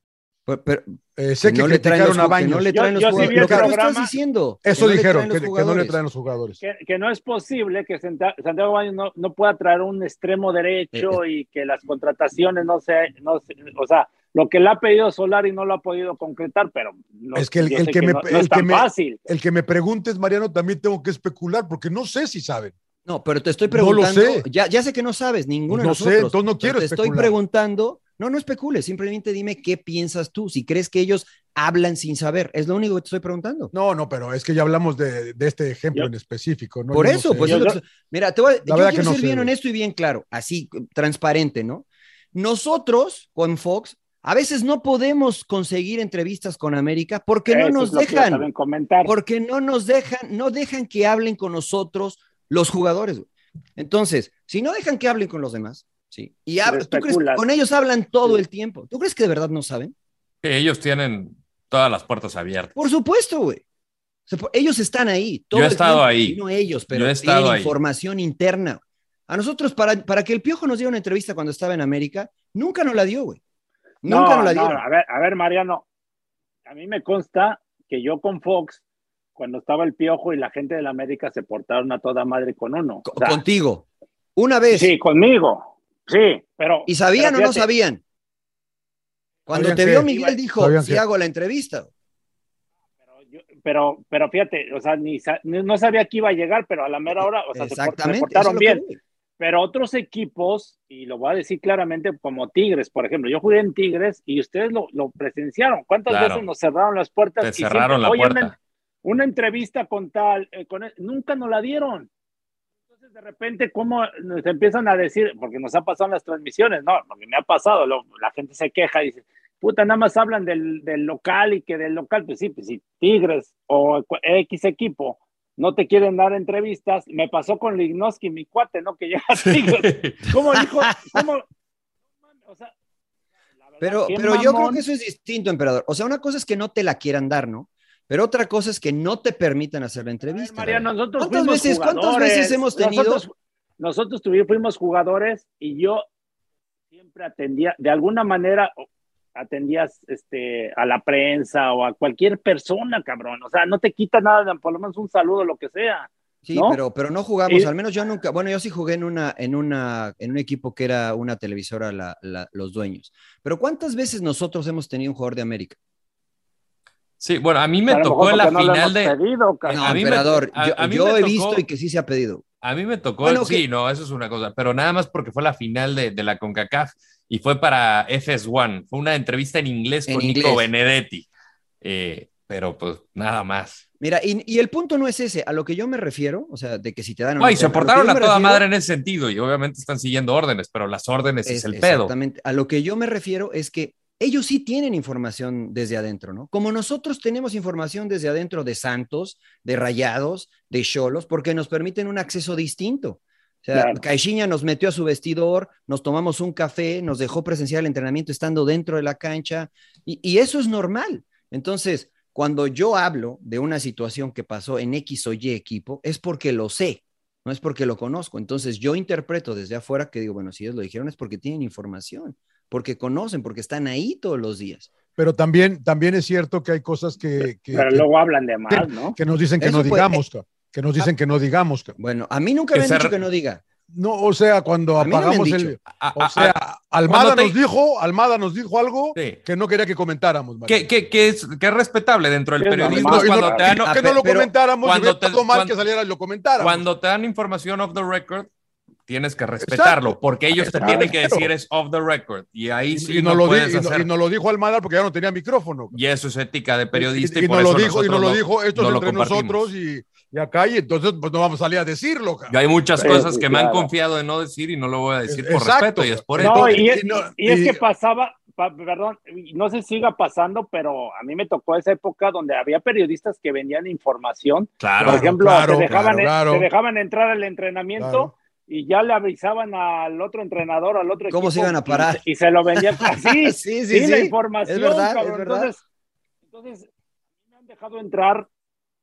Pero- pero-
Eh, sé que,
no le traen los
criticaron a
ju- que
Baños.
no le traen los
Yo sí vi
jugadores. Lo
el
que tú estás
programa.
diciendo.
Eso
que no le
dijeron,
traen los
que, que no le
jugadores.
traen los jugadores.
Que, que no es posible que Santa- Santiago Baños no, no pueda traer un extremo
Eh,
derecho y que las contrataciones no se, no se- o sea, lo que le ha pedido Solari no lo ha podido concretar, pero no-
es que el,
yo
el
sé
que me,
no, no
el
es
que
tan
me-
fácil.
el que me preguntes, Mariano, también tengo que especular porque no sé si saben.
No, pero te estoy
No lo
preguntando.
sé.
Ya, ya sé que no sabes, ninguno de
No sé,
nosotros.
entonces no
pero
quiero
Te estoy
especular.
preguntando. No, no especules, simplemente dime qué piensas tú, si crees que ellos hablan sin saber. Es lo único que te estoy preguntando.
No, no, pero es que ya hablamos de, de este ejemplo
Yo-
en específico. ¿no?
Por
Yo no
eso,
sé.
pues es lo que- mira, te voy a- yo
verdad
quiero
que no
ser
sé,
bien
güey.
honesto y bien claro, así transparente, ¿no? Nosotros con Fox a veces no podemos conseguir entrevistas con América porque no
Eso
nos
es lo que iba también
dejan,
a comentar.
porque no nos dejan, no dejan que hablen con nosotros los jugadores. güey. Entonces, si no dejan que hablen con los demás, sí. Y hab- ¿tú crees que
especulas.
con ellos hablan todo el tiempo. ¿Tú crees que de verdad no saben?
Sí, ellos tienen todas las puertas abiertas.
Por supuesto, güey. O sea, po- ellos están ahí. Todo
Yo he
el
estado
tiempo.
ahí.
Y No ellos, pero
Yo he estado
tienen
ahí.
información interna. A nosotros, para, para que el Piojo nos diera una entrevista cuando estaba en América, nunca nos la dio, güey. Nunca nos la dieron.
a, ver, a ver, Mariano, a mí me consta que yo con Fox, cuando estaba el piojo y la gente de la América se portaron a toda madre con uno. O sea,
Contigo. Una vez.
Sí, conmigo. Sí, pero.
¿Y sabían
pero
o no
fíjate,
sabían? Cuando
Sabían
te
que-
vio Miguel dijo,
sabían
si
que-
hago la entrevista.
Pero, pero fíjate, o sea, ni, sa- ni- no sabía que iba a llegar, pero a la mera hora, o sea, se por- se,
Exactamente, eso es
portaron
lo
bien.
que digo.
Pero otros equipos, y lo voy a decir claramente, como Tigres, por ejemplo, yo jugué en Tigres y ustedes lo, lo presenciaron. ¿Cuántas
Claro.
veces nos cerraron las puertas?
Te
Y siempre,
cerraron la
"Oye,
puerta.
men, una entrevista con tal, eh, con él", nunca nos la dieron. Entonces, de repente, ¿cómo nos empiezan a decir? Porque nos ha pasado en las transmisiones, ¿no? Porque me ha pasado, lo- la gente se queja y dice, puta, nada más hablan del, del local y que del local, pues sí, pues sí, Tigres o cu- X equipo. No te quieren dar entrevistas. Me pasó con Lignoski, mi cuate, ¿no? Que llega a Tigres. ¿Cómo dijo? ¿Cómo?
Pero,
qué
pero yo creo
mamón.
que eso es distinto, emperador. O sea, una cosa es que no te la quieran dar, ¿no? Pero otra cosa es que no te permitan hacer la entrevista.
Mariano, nosotros
¿Cuántas
fuimos
veces, ¿Cuántas
jugadores,
veces hemos tenido?
Nosotros, nosotros tuvimos, fuimos jugadores y yo siempre atendía, de alguna manera o- atendías este, a la prensa o a cualquier persona, cabrón. O sea, no te quita nada, por lo menos un saludo, lo que sea.
Sí,
¿no?
pero, pero no jugamos,
Y-
al menos yo nunca, bueno, yo sí jugué en una, en una, en un equipo que era una televisora la- la- los dueños. Pero ¿cuántas veces nosotros hemos tenido un jugador de América?
Sí, bueno, a mí me
A lo
tocó
mejor
en la
porque no lo
final de.
hemos pedido, cabrón.
No,
a mí me-
emperador,
a-
yo,
a mí
yo
me
he
tocó-
visto y que sí se ha pedido.
A mí me tocó,
Bueno,
sí, no, eso es una cosa, pero nada más porque fue la final de, de la CONCACAF y fue para FS1, fue una entrevista en inglés
En
con Nico
inglés.
Benedetti, Eh, pero pues nada más.
Mira, y, y el punto no es ese, a lo que yo me refiero, o sea, de que si te dan... o
No, y
te
se
dan, lo que
portaron
yo
a
me
toda
refiero-
madre en ese sentido y obviamente están siguiendo órdenes, pero las órdenes es,
Es-
el pedo.
Exactamente. A lo que yo me refiero es que ellos sí tienen información desde adentro, ¿no? Como nosotros tenemos información desde adentro de Santos, de Rayados, de Cholos, porque nos permiten un acceso distinto. O sea,
Claro.
Caixinha nos metió a su vestidor, nos tomamos un café, nos dejó presenciar el entrenamiento estando dentro de la cancha, y, y eso es normal. Entonces, cuando yo hablo de una situación que pasó en X o Y equipo, es porque lo sé, no es porque lo conozco. Entonces yo interpreto desde afuera que digo, bueno, si ellos lo dijeron es porque tienen información, porque conocen, porque están ahí todos los días.
Pero también, también es cierto que hay cosas que, que,
Pero
que-
luego hablan de más, ¿no?
que nos dicen que
Eso
no
puede-
digamos, cabrón, que nos dicen que no digamos. cabrón.
Bueno, a mí nunca me
Que
han
se
dicho
re-
que no diga.
No, o sea, cuando
A mí no me han
apagamos
dicho.
el. O sea, Almada
Cuando
nos dijo, Almada nos dijo algo que no quería que comentáramos. Mario.
Que, que- que es, que es respetable dentro del
Sí, no,
periodismo.
no,
es
y no-
cuando te dan,
y que no lo
pero
comentáramos,
cuando
hubiera estado mal que
cuando-
y lo comentáramos.
Cuando te dan información off the record, tienes que respetarlo,
Exacto.
porque ellos te
Claro.
tienen que decir es off the record. Y ahí sí
y, nos
no
lo di-
puedes
y no-
hacer.
y nos lo dijo Almada porque ya no tenía micrófono.
Y eso es ética de periodista.
Y,
Y,
y
por
nos lo
eso
dijo, y nos
nosotros
lo
no-
dijo, esto
no
es
lo
entre
compartimos.
nosotros y, y acá, y entonces pues no vamos a salir a decirlo. cabrón.
Yo hay muchas
Sí,
cosas
sí,
que me han
claro.
confiado de no decir y no lo voy a decir por
Exacto.
respeto y es por
No,
eso.
y
Y es, y es que pasaba, pa- perdón, y no se siga pasando, pero a mí me tocó esa época donde había periodistas que vendían información.
Claro,
Por ejemplo,
claro,
te, dejaban,
claro, claro.
te dejaban entrar al entrenamiento. Y ya le avisaban al otro entrenador, al otro
¿Cómo
equipo,
se iban a parar?
Y, y se lo vendían así.
Sí,
sí,
sí,
sí, la
sí.
información.
Es verdad,
cabrón.
es verdad.
Entonces, entonces, me han dejado entrar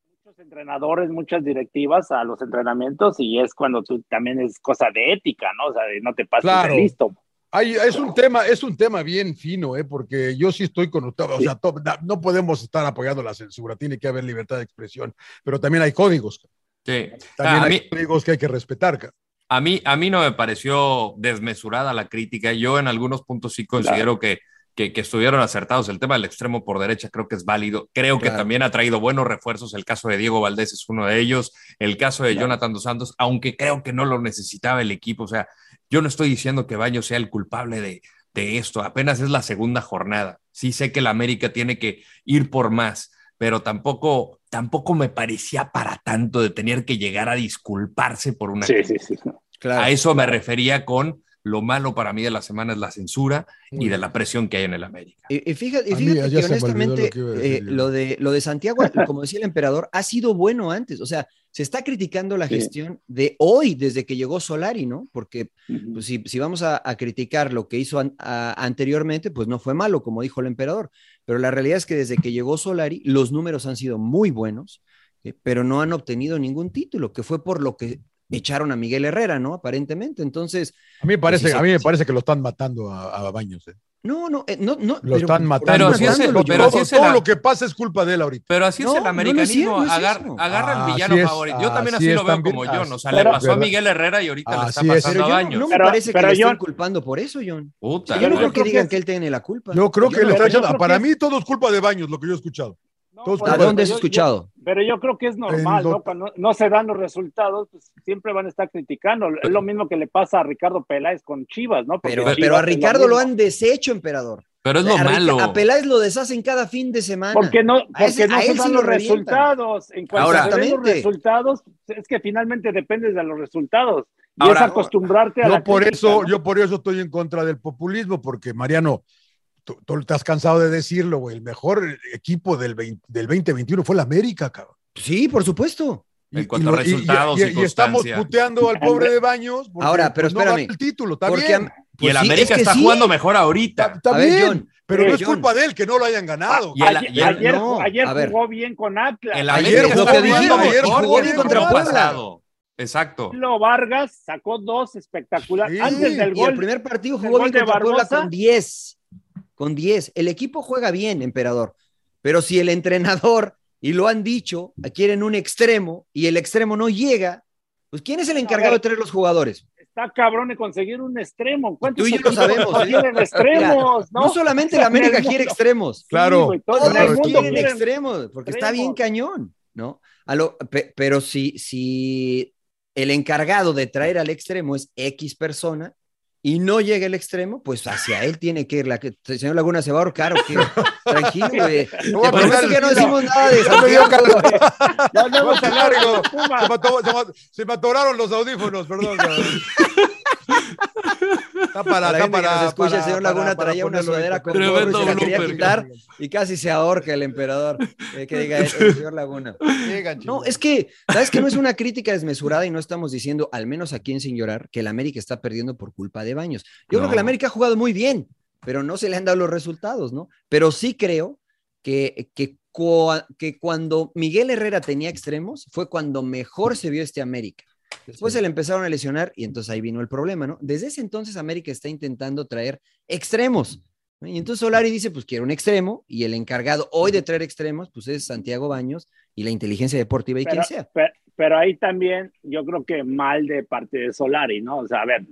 muchos entrenadores, muchas directivas a los entrenamientos y es cuando tú también es cosa de ética, ¿no? O sea, de no te pases
Claro.
de listo.
Ay, es un tema, es un tema bien fino, ¿eh? porque yo sí estoy con o sea, to- na- no podemos estar apoyando la censura, tiene que haber libertad de expresión, pero también hay códigos,
Sí.
también
Ah, a
hay
mí-
códigos que hay que respetar. cabrón.
A mí, a mí no me pareció desmesurada la crítica. Yo en algunos puntos sí considero que, que, que estuvieron acertados. El tema del extremo por derecha creo que es válido. Creo que
Claro.
también ha traído buenos refuerzos. El caso de Diego Valdés es uno de ellos. El caso de
Claro.
Jonathan Dos Santos, aunque creo que no lo necesitaba el equipo. O sea, yo no estoy diciendo que Baño sea el culpable de, de esto. Apenas es la segunda jornada. Sí sé que la América tiene que ir por más, pero tampoco, tampoco me parecía para tanto de tener que llegar a disculparse por una
Sí,
crítica.
sí, sí.
A eso me refería con lo malo para mí de la semana es la censura
Muy
y de la presión que hay en el América.
Y, y fíjate, y
A mí
fíjate
ya- ya
que
se me olvidó
honestamente
lo que iba a
eh,
decir yo.
lo, de, lo de Santiago, como decía el emperador, ha sido bueno antes. O sea, se está criticando la
Sí.
gestión de hoy desde que llegó Solari, ¿no? Porque pues, si, si vamos a, a criticar lo que hizo an- a- anteriormente, pues no fue malo, como dijo el emperador. Pero la realidad es que desde que llegó Solari, los números han sido muy buenos, eh, pero no han obtenido ningún título, que fue por lo que echaron a Miguel Herrera, ¿no? Aparentemente. Entonces...
A mí me
pues, sí
parece,
se-
a mí me parece que lo están matando a, a Baños. ¿eh?
No, no, eh, no, no.
Lo están matando.
Pero así es el-
Todo-
pero así es el-
todo lo que pasa es culpa de él ahorita.
Pero así
No,
es
no
el
lo
americanismo,
hicieron, no es
agar-
eso.
agarra el
Ah,
villano
así es,
favorito. Yo también
así
así, lo
es
veo
también,
como yo, ¿no? O sea,
así
le
es,
pasó a
¿verdad?
Miguel Herrera y ahorita le está
Así es.
pasando
Pero
a
yo no-
Baños.
No me
Pero-
parece que
pero
le
yo-
estén culpando por eso, John.
Puta,
yo no
madre.
creo que digan que él tiene la culpa.
Yo creo que
no
le está
creo.
echando- para mí todo es culpa de Baños, lo que yo he escuchado. Todo es
¿A
culpa de-
dónde has escuchado?
Pero yo creo que es normal,
El
¿no? Cuando no se dan los resultados, pues siempre van a estar criticando. Es lo mismo que le pasa a Ricardo Peláez con Chivas, ¿no? Porque
Pero,
Chivas
pero a
es lo
Ricardo lo
mismo.
han deshecho, emperador.
Pero es lo
A Rica-
malo.
A Peláez lo deshacen cada fin de semana.
Porque no,
A
porque
ese-
no
a
se
él sí
dan
lo
los
revientan.
resultados. En cuanto
Ahora-
se den los
Exactamente.
resultados, es que finalmente dependes de los resultados. Y
Ahora-
es acostumbrarte a
Yo
la
por
crítica,
eso,
¿no?
yo por eso estoy en contra del populismo, porque Mariano, tú, tú estás cansado de decirlo, güey. El mejor equipo del, 20 del 2021 fue el América, cabrón.
Sí, por supuesto.
En cuanto a resultados y,
y estamos
constancia.
puteando al pobre de Baños. porque,
Ahora, pero
pues, no ganó
espérame.
el título, está
Porque
bien.
a-
Y
Pues
el
sí,
América
es que
está
sí.
jugando mejor ahorita.
Está
A ver,
bien,
John,
pero
eh,
no es
John.
culpa de él que no lo hayan ganado.
Y el-
ayer
y el-
ayer-
no,
ayer
a ver.
jugó bien con Atlas.
El
Ayer
América
jugó
está
bien,
jugando
ayer
mejor
jugó
que
bien
el
contra
torneo
Puebla.
pasado. Exacto.
Pablo Vargas sacó dos espectaculares.
Sí,
Antes del
Y
gol.
el primer partido
el
jugó
gol
bien
de
contra Puebla
Barbosa.
con 10. Con 10. El equipo juega bien, emperador. Pero si el entrenador, y lo han dicho, quieren un extremo y el extremo no llega, pues ¿quién es el encargado de traer los jugadores?
Está cabrón de conseguir un extremo. ¿Cuántos
Tú y yo lo
equipos
sabemos. ¿eh?
tienen extremos?
Mira, no solamente la América quiere extremos.
Claro.
güey, todo
Todos
el mundo
quieren
quiere
extremos, porque está bien cañón, ¿no? A lo- pe- pero si, si el encargado de traer al extremo es X persona y no llega el extremo, pues hacia él tiene que ir. La, que- el señor Laguna se va a ahorcar o qué. Tranquilo, güey. Te
No voy a
prometo
apretar
que
el
no
tiro.
decimos nada de
Ya me dio
Santiago.
No, no,
Más
no, no,
largo.
no, Puma.
Se me, ato- se me- se me atoraron los audífonos, perdón. cabrón. Está para,
Para la
está
gente que nos
para.
escucha, el
para-
señor
para-
Laguna
para
traía una
ponerlo
sudadera
ahorita.
con gorro y se la quería
blooper.
quitar y casi se ahorca el emperador. Eh, que diga el, el señor Laguna.
Llegan,
No,
chingón.
es que, ¿sabes que No es una crítica desmesurada y no estamos diciendo, al menos aquí en Sin Llorar, que el América está perdiendo por culpa de Baños. Yo creo
No.
que el América ha jugado muy bien, pero no se le han dado los resultados, ¿no? Pero sí creo que, que, cua- que cuando Miguel Herrera tenía extremos fue cuando mejor se vio este América. Después se le empezaron a lesionar y entonces ahí vino el problema, ¿no? Desde ese entonces América está intentando traer extremos. ¿no? Y entonces Solari dice, pues quiero un extremo y el encargado hoy de traer extremos, pues es Santiago Baños y la inteligencia deportiva y
Pero,
quien sea.
pero- pero ahí también yo creo que mal de parte de Solari, ¿no? O sea, a ver,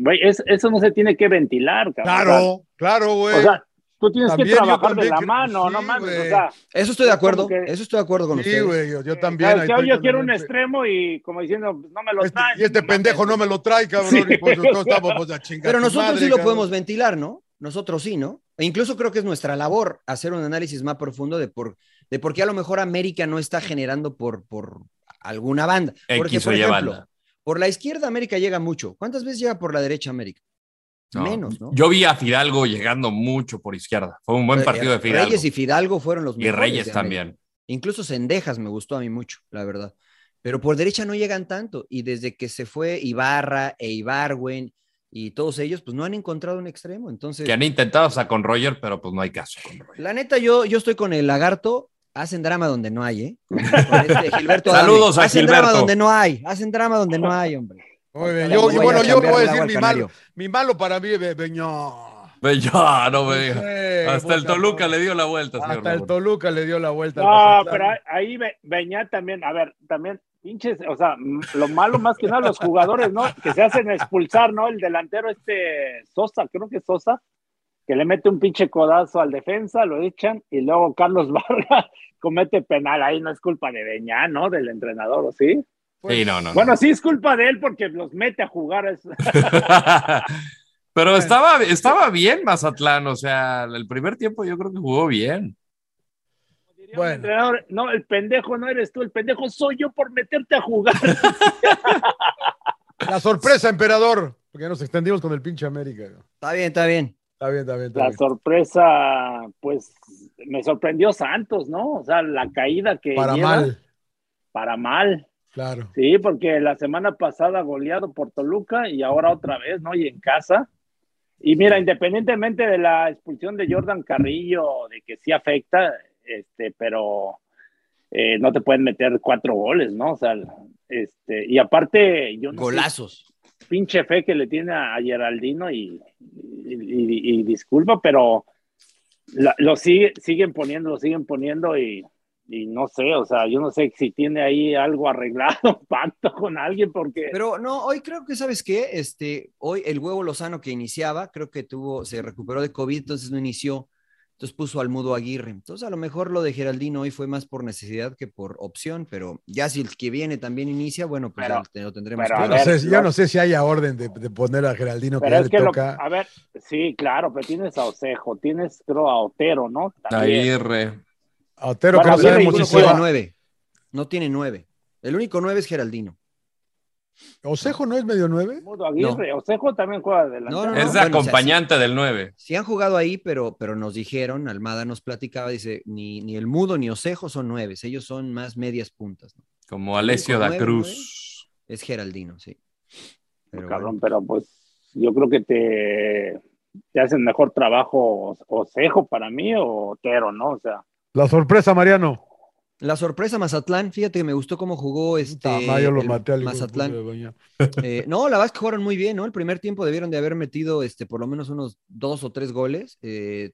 Güey, es- eso no se tiene que ventilar, cabrón.
Claro,
O sea,
claro, güey.
O sea, tú tienes
También
que
yo
trabajar de
también
la
creo-
mano,
sí,
no mames.
güey.
O sea, eh,
Eso estoy de
como
acuerdo,
que-
eso estoy de acuerdo con
Sí,
ustedes.
güey, yo, yo también.
¿sabes
ahí
qué?
estoy
yo
con
quiero
el-
un extremo y como diciendo, "Pues, no me lo traen.
Y este pendejo no me lo trae, cabrón.
Sí.
Y pues nosotros estamos pues, a chingar
Pero
tu
nosotros
madre,
sí lo
cabrón.
podemos ventilar, ¿no? Nosotros sí, ¿no? E incluso creo que es nuestra labor hacer un análisis más profundo de por, de por qué a lo mejor América no está generando por, por alguna banda. Porque,
X o
por
Y
ejemplo,
banda.
por la izquierda América llega mucho. ¿Cuántas veces llega por la derecha América?
No.
Menos, ¿no?
Yo vi a Fidalgo llegando mucho por izquierda. Fue un buen
Eh,
partido de Fidalgo.
Reyes y Fidalgo fueron los
Y
mejores.
Reyes
de América.
también.
Incluso Cendejas me gustó a mí mucho, la verdad. Pero por derecha no llegan tanto. Y desde que se fue Ibarra e Ibarwen y todos ellos, pues no han encontrado un extremo. Entonces,
Que han intentado hasta con Roger, pero pues no hay caso. con Roger.
la neta, yo, yo estoy con el lagarto. Hacen drama donde no hay, ¿eh? Con este Gilberto Adame.
Saludos a
Hacen
Gilberto.
drama donde no hay. Hacen drama donde no hay, hombre.
Muy bien,
Ojalá
yo-
no
y
vaya
bueno,
a
yo
cambiar
voy a
el agua
decir
al
mi
canario.
malo. Mi malo para mí, Be- Beñó.
Ve, ya, no me digas.
Eh,
Hasta el
puta
Toluca le dio la vuelta, señor
Hasta el
Laguna.
Toluca le dio la vuelta. al
No,
Mazatlán.
pero ahí ve- venía también, a ver, también pinches, o sea, m- lo malo más que nada los jugadores, ¿no? Que se hacen expulsar, ¿no? El delantero este Sosa, creo que es Sosa, que le mete un pinche codazo al defensa, lo echan y luego Carlos Vargas comete penal, ahí no es culpa de Beñá, ¿no? Del entrenador, ¿o sí?
Sí, no, no. no.
Bueno, sí es culpa de él porque los mete a jugar. a eso.
Pero estaba, estaba bien Mazatlán, o sea, el primer tiempo yo creo que jugó bien.
El entrenador, no, el pendejo no eres tú, el pendejo soy yo por meterte a jugar.
La sorpresa, emperador. Porque nos extendimos con el pinche América.
Está bien, está bien.
Está bien, está bien, está
La
bien.
sorpresa, pues, me sorprendió Santos, ¿no? O sea, la caída que
Para
lleva,
mal,
Para mal,
claro.
sí, porque la semana pasada goleado por Toluca y ahora otra vez, ¿no? Y en casa. Y mira, independientemente de la expulsión de Jordan Carrillo, de que sí afecta, este, pero eh, no te pueden meter cuatro goles, ¿no? O sea, este, y aparte, yo no sé-
Golazos.
pinche fe que le tiene a, a Geraldino y, y- y- y disculpa, pero la- lo sigue- siguen poniendo, lo siguen poniendo y, y no sé, o sea, yo no sé si tiene ahí algo arreglado, pacto con alguien, porque
Pero no, hoy creo que, ¿sabes qué? Este, hoy el huevo Lozano que iniciaba, creo que tuvo, se recuperó de COVID, entonces no inició, entonces puso al mudo Aguirre. Entonces, a lo mejor lo de Geraldino hoy fue más por necesidad que por opción, pero ya si el que viene también inicia, bueno, pues ya te- lo tendremos
pero
que
a
Yo no,
ver,
sé, si- yo
lo-
no sé si haya orden de, de poner a Geraldino que
pero
ya
es
le
que, lo-
toca.
a ver, sí, claro, pero tienes a Osejo, tienes, creo, a Otero, ¿no? También.
Aguirre.
A Otero, que
Bueno,
no
a ver,
sabemos
ninguno
si
No
se
juega
va.
nueve, no tiene nueve. El único nueve es Geraldino.
¿Osejo no es medio nueve?
Mudo Aguirre, Osejo también juega delantero.
No, no,
Es de
bueno, o sea,
acompañante del 9.
Sí han jugado ahí, pero, pero nos dijeron, Almada nos platicaba, dice, ni, ni el mudo ni Osejo son nueves, ellos son más medias puntas. ¿no?
Como Alessio da
Nueve,
Cruz.
Es Geraldino, sí. Pero bueno.
cabrón, pero pues yo creo que te, te hacen mejor trabajo Os- Osejo para mí o Otero, ¿no? O sea,
La sorpresa, Mariano.
La sorpresa Mazatlán, fíjate que me gustó cómo jugó este
Tamayo lo
el
maté al hijo de puta
Mazatlán.
de Beñá.
Eh, no, la verdad es que jugaron muy bien, ¿no? El primer tiempo debieron de haber metido este, por lo menos unos dos o tres goles. eh,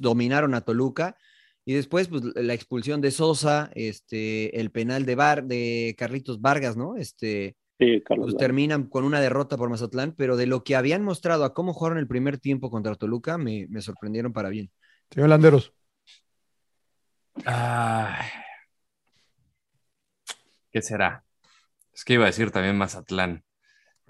dominaron a Toluca. Y después, pues, la expulsión de Sosa, este, el penal de Bar, de Carlitos Vargas, ¿no? Este,
sí,
pues
Carlos.
terminan con una derrota por Mazatlán, pero de lo que habían mostrado a cómo jugaron el primer tiempo contra Toluca, me, me sorprendieron para bien.
Señor Landeros.
Ay. ¿Qué será? Es que iba a decir también Mazatlán.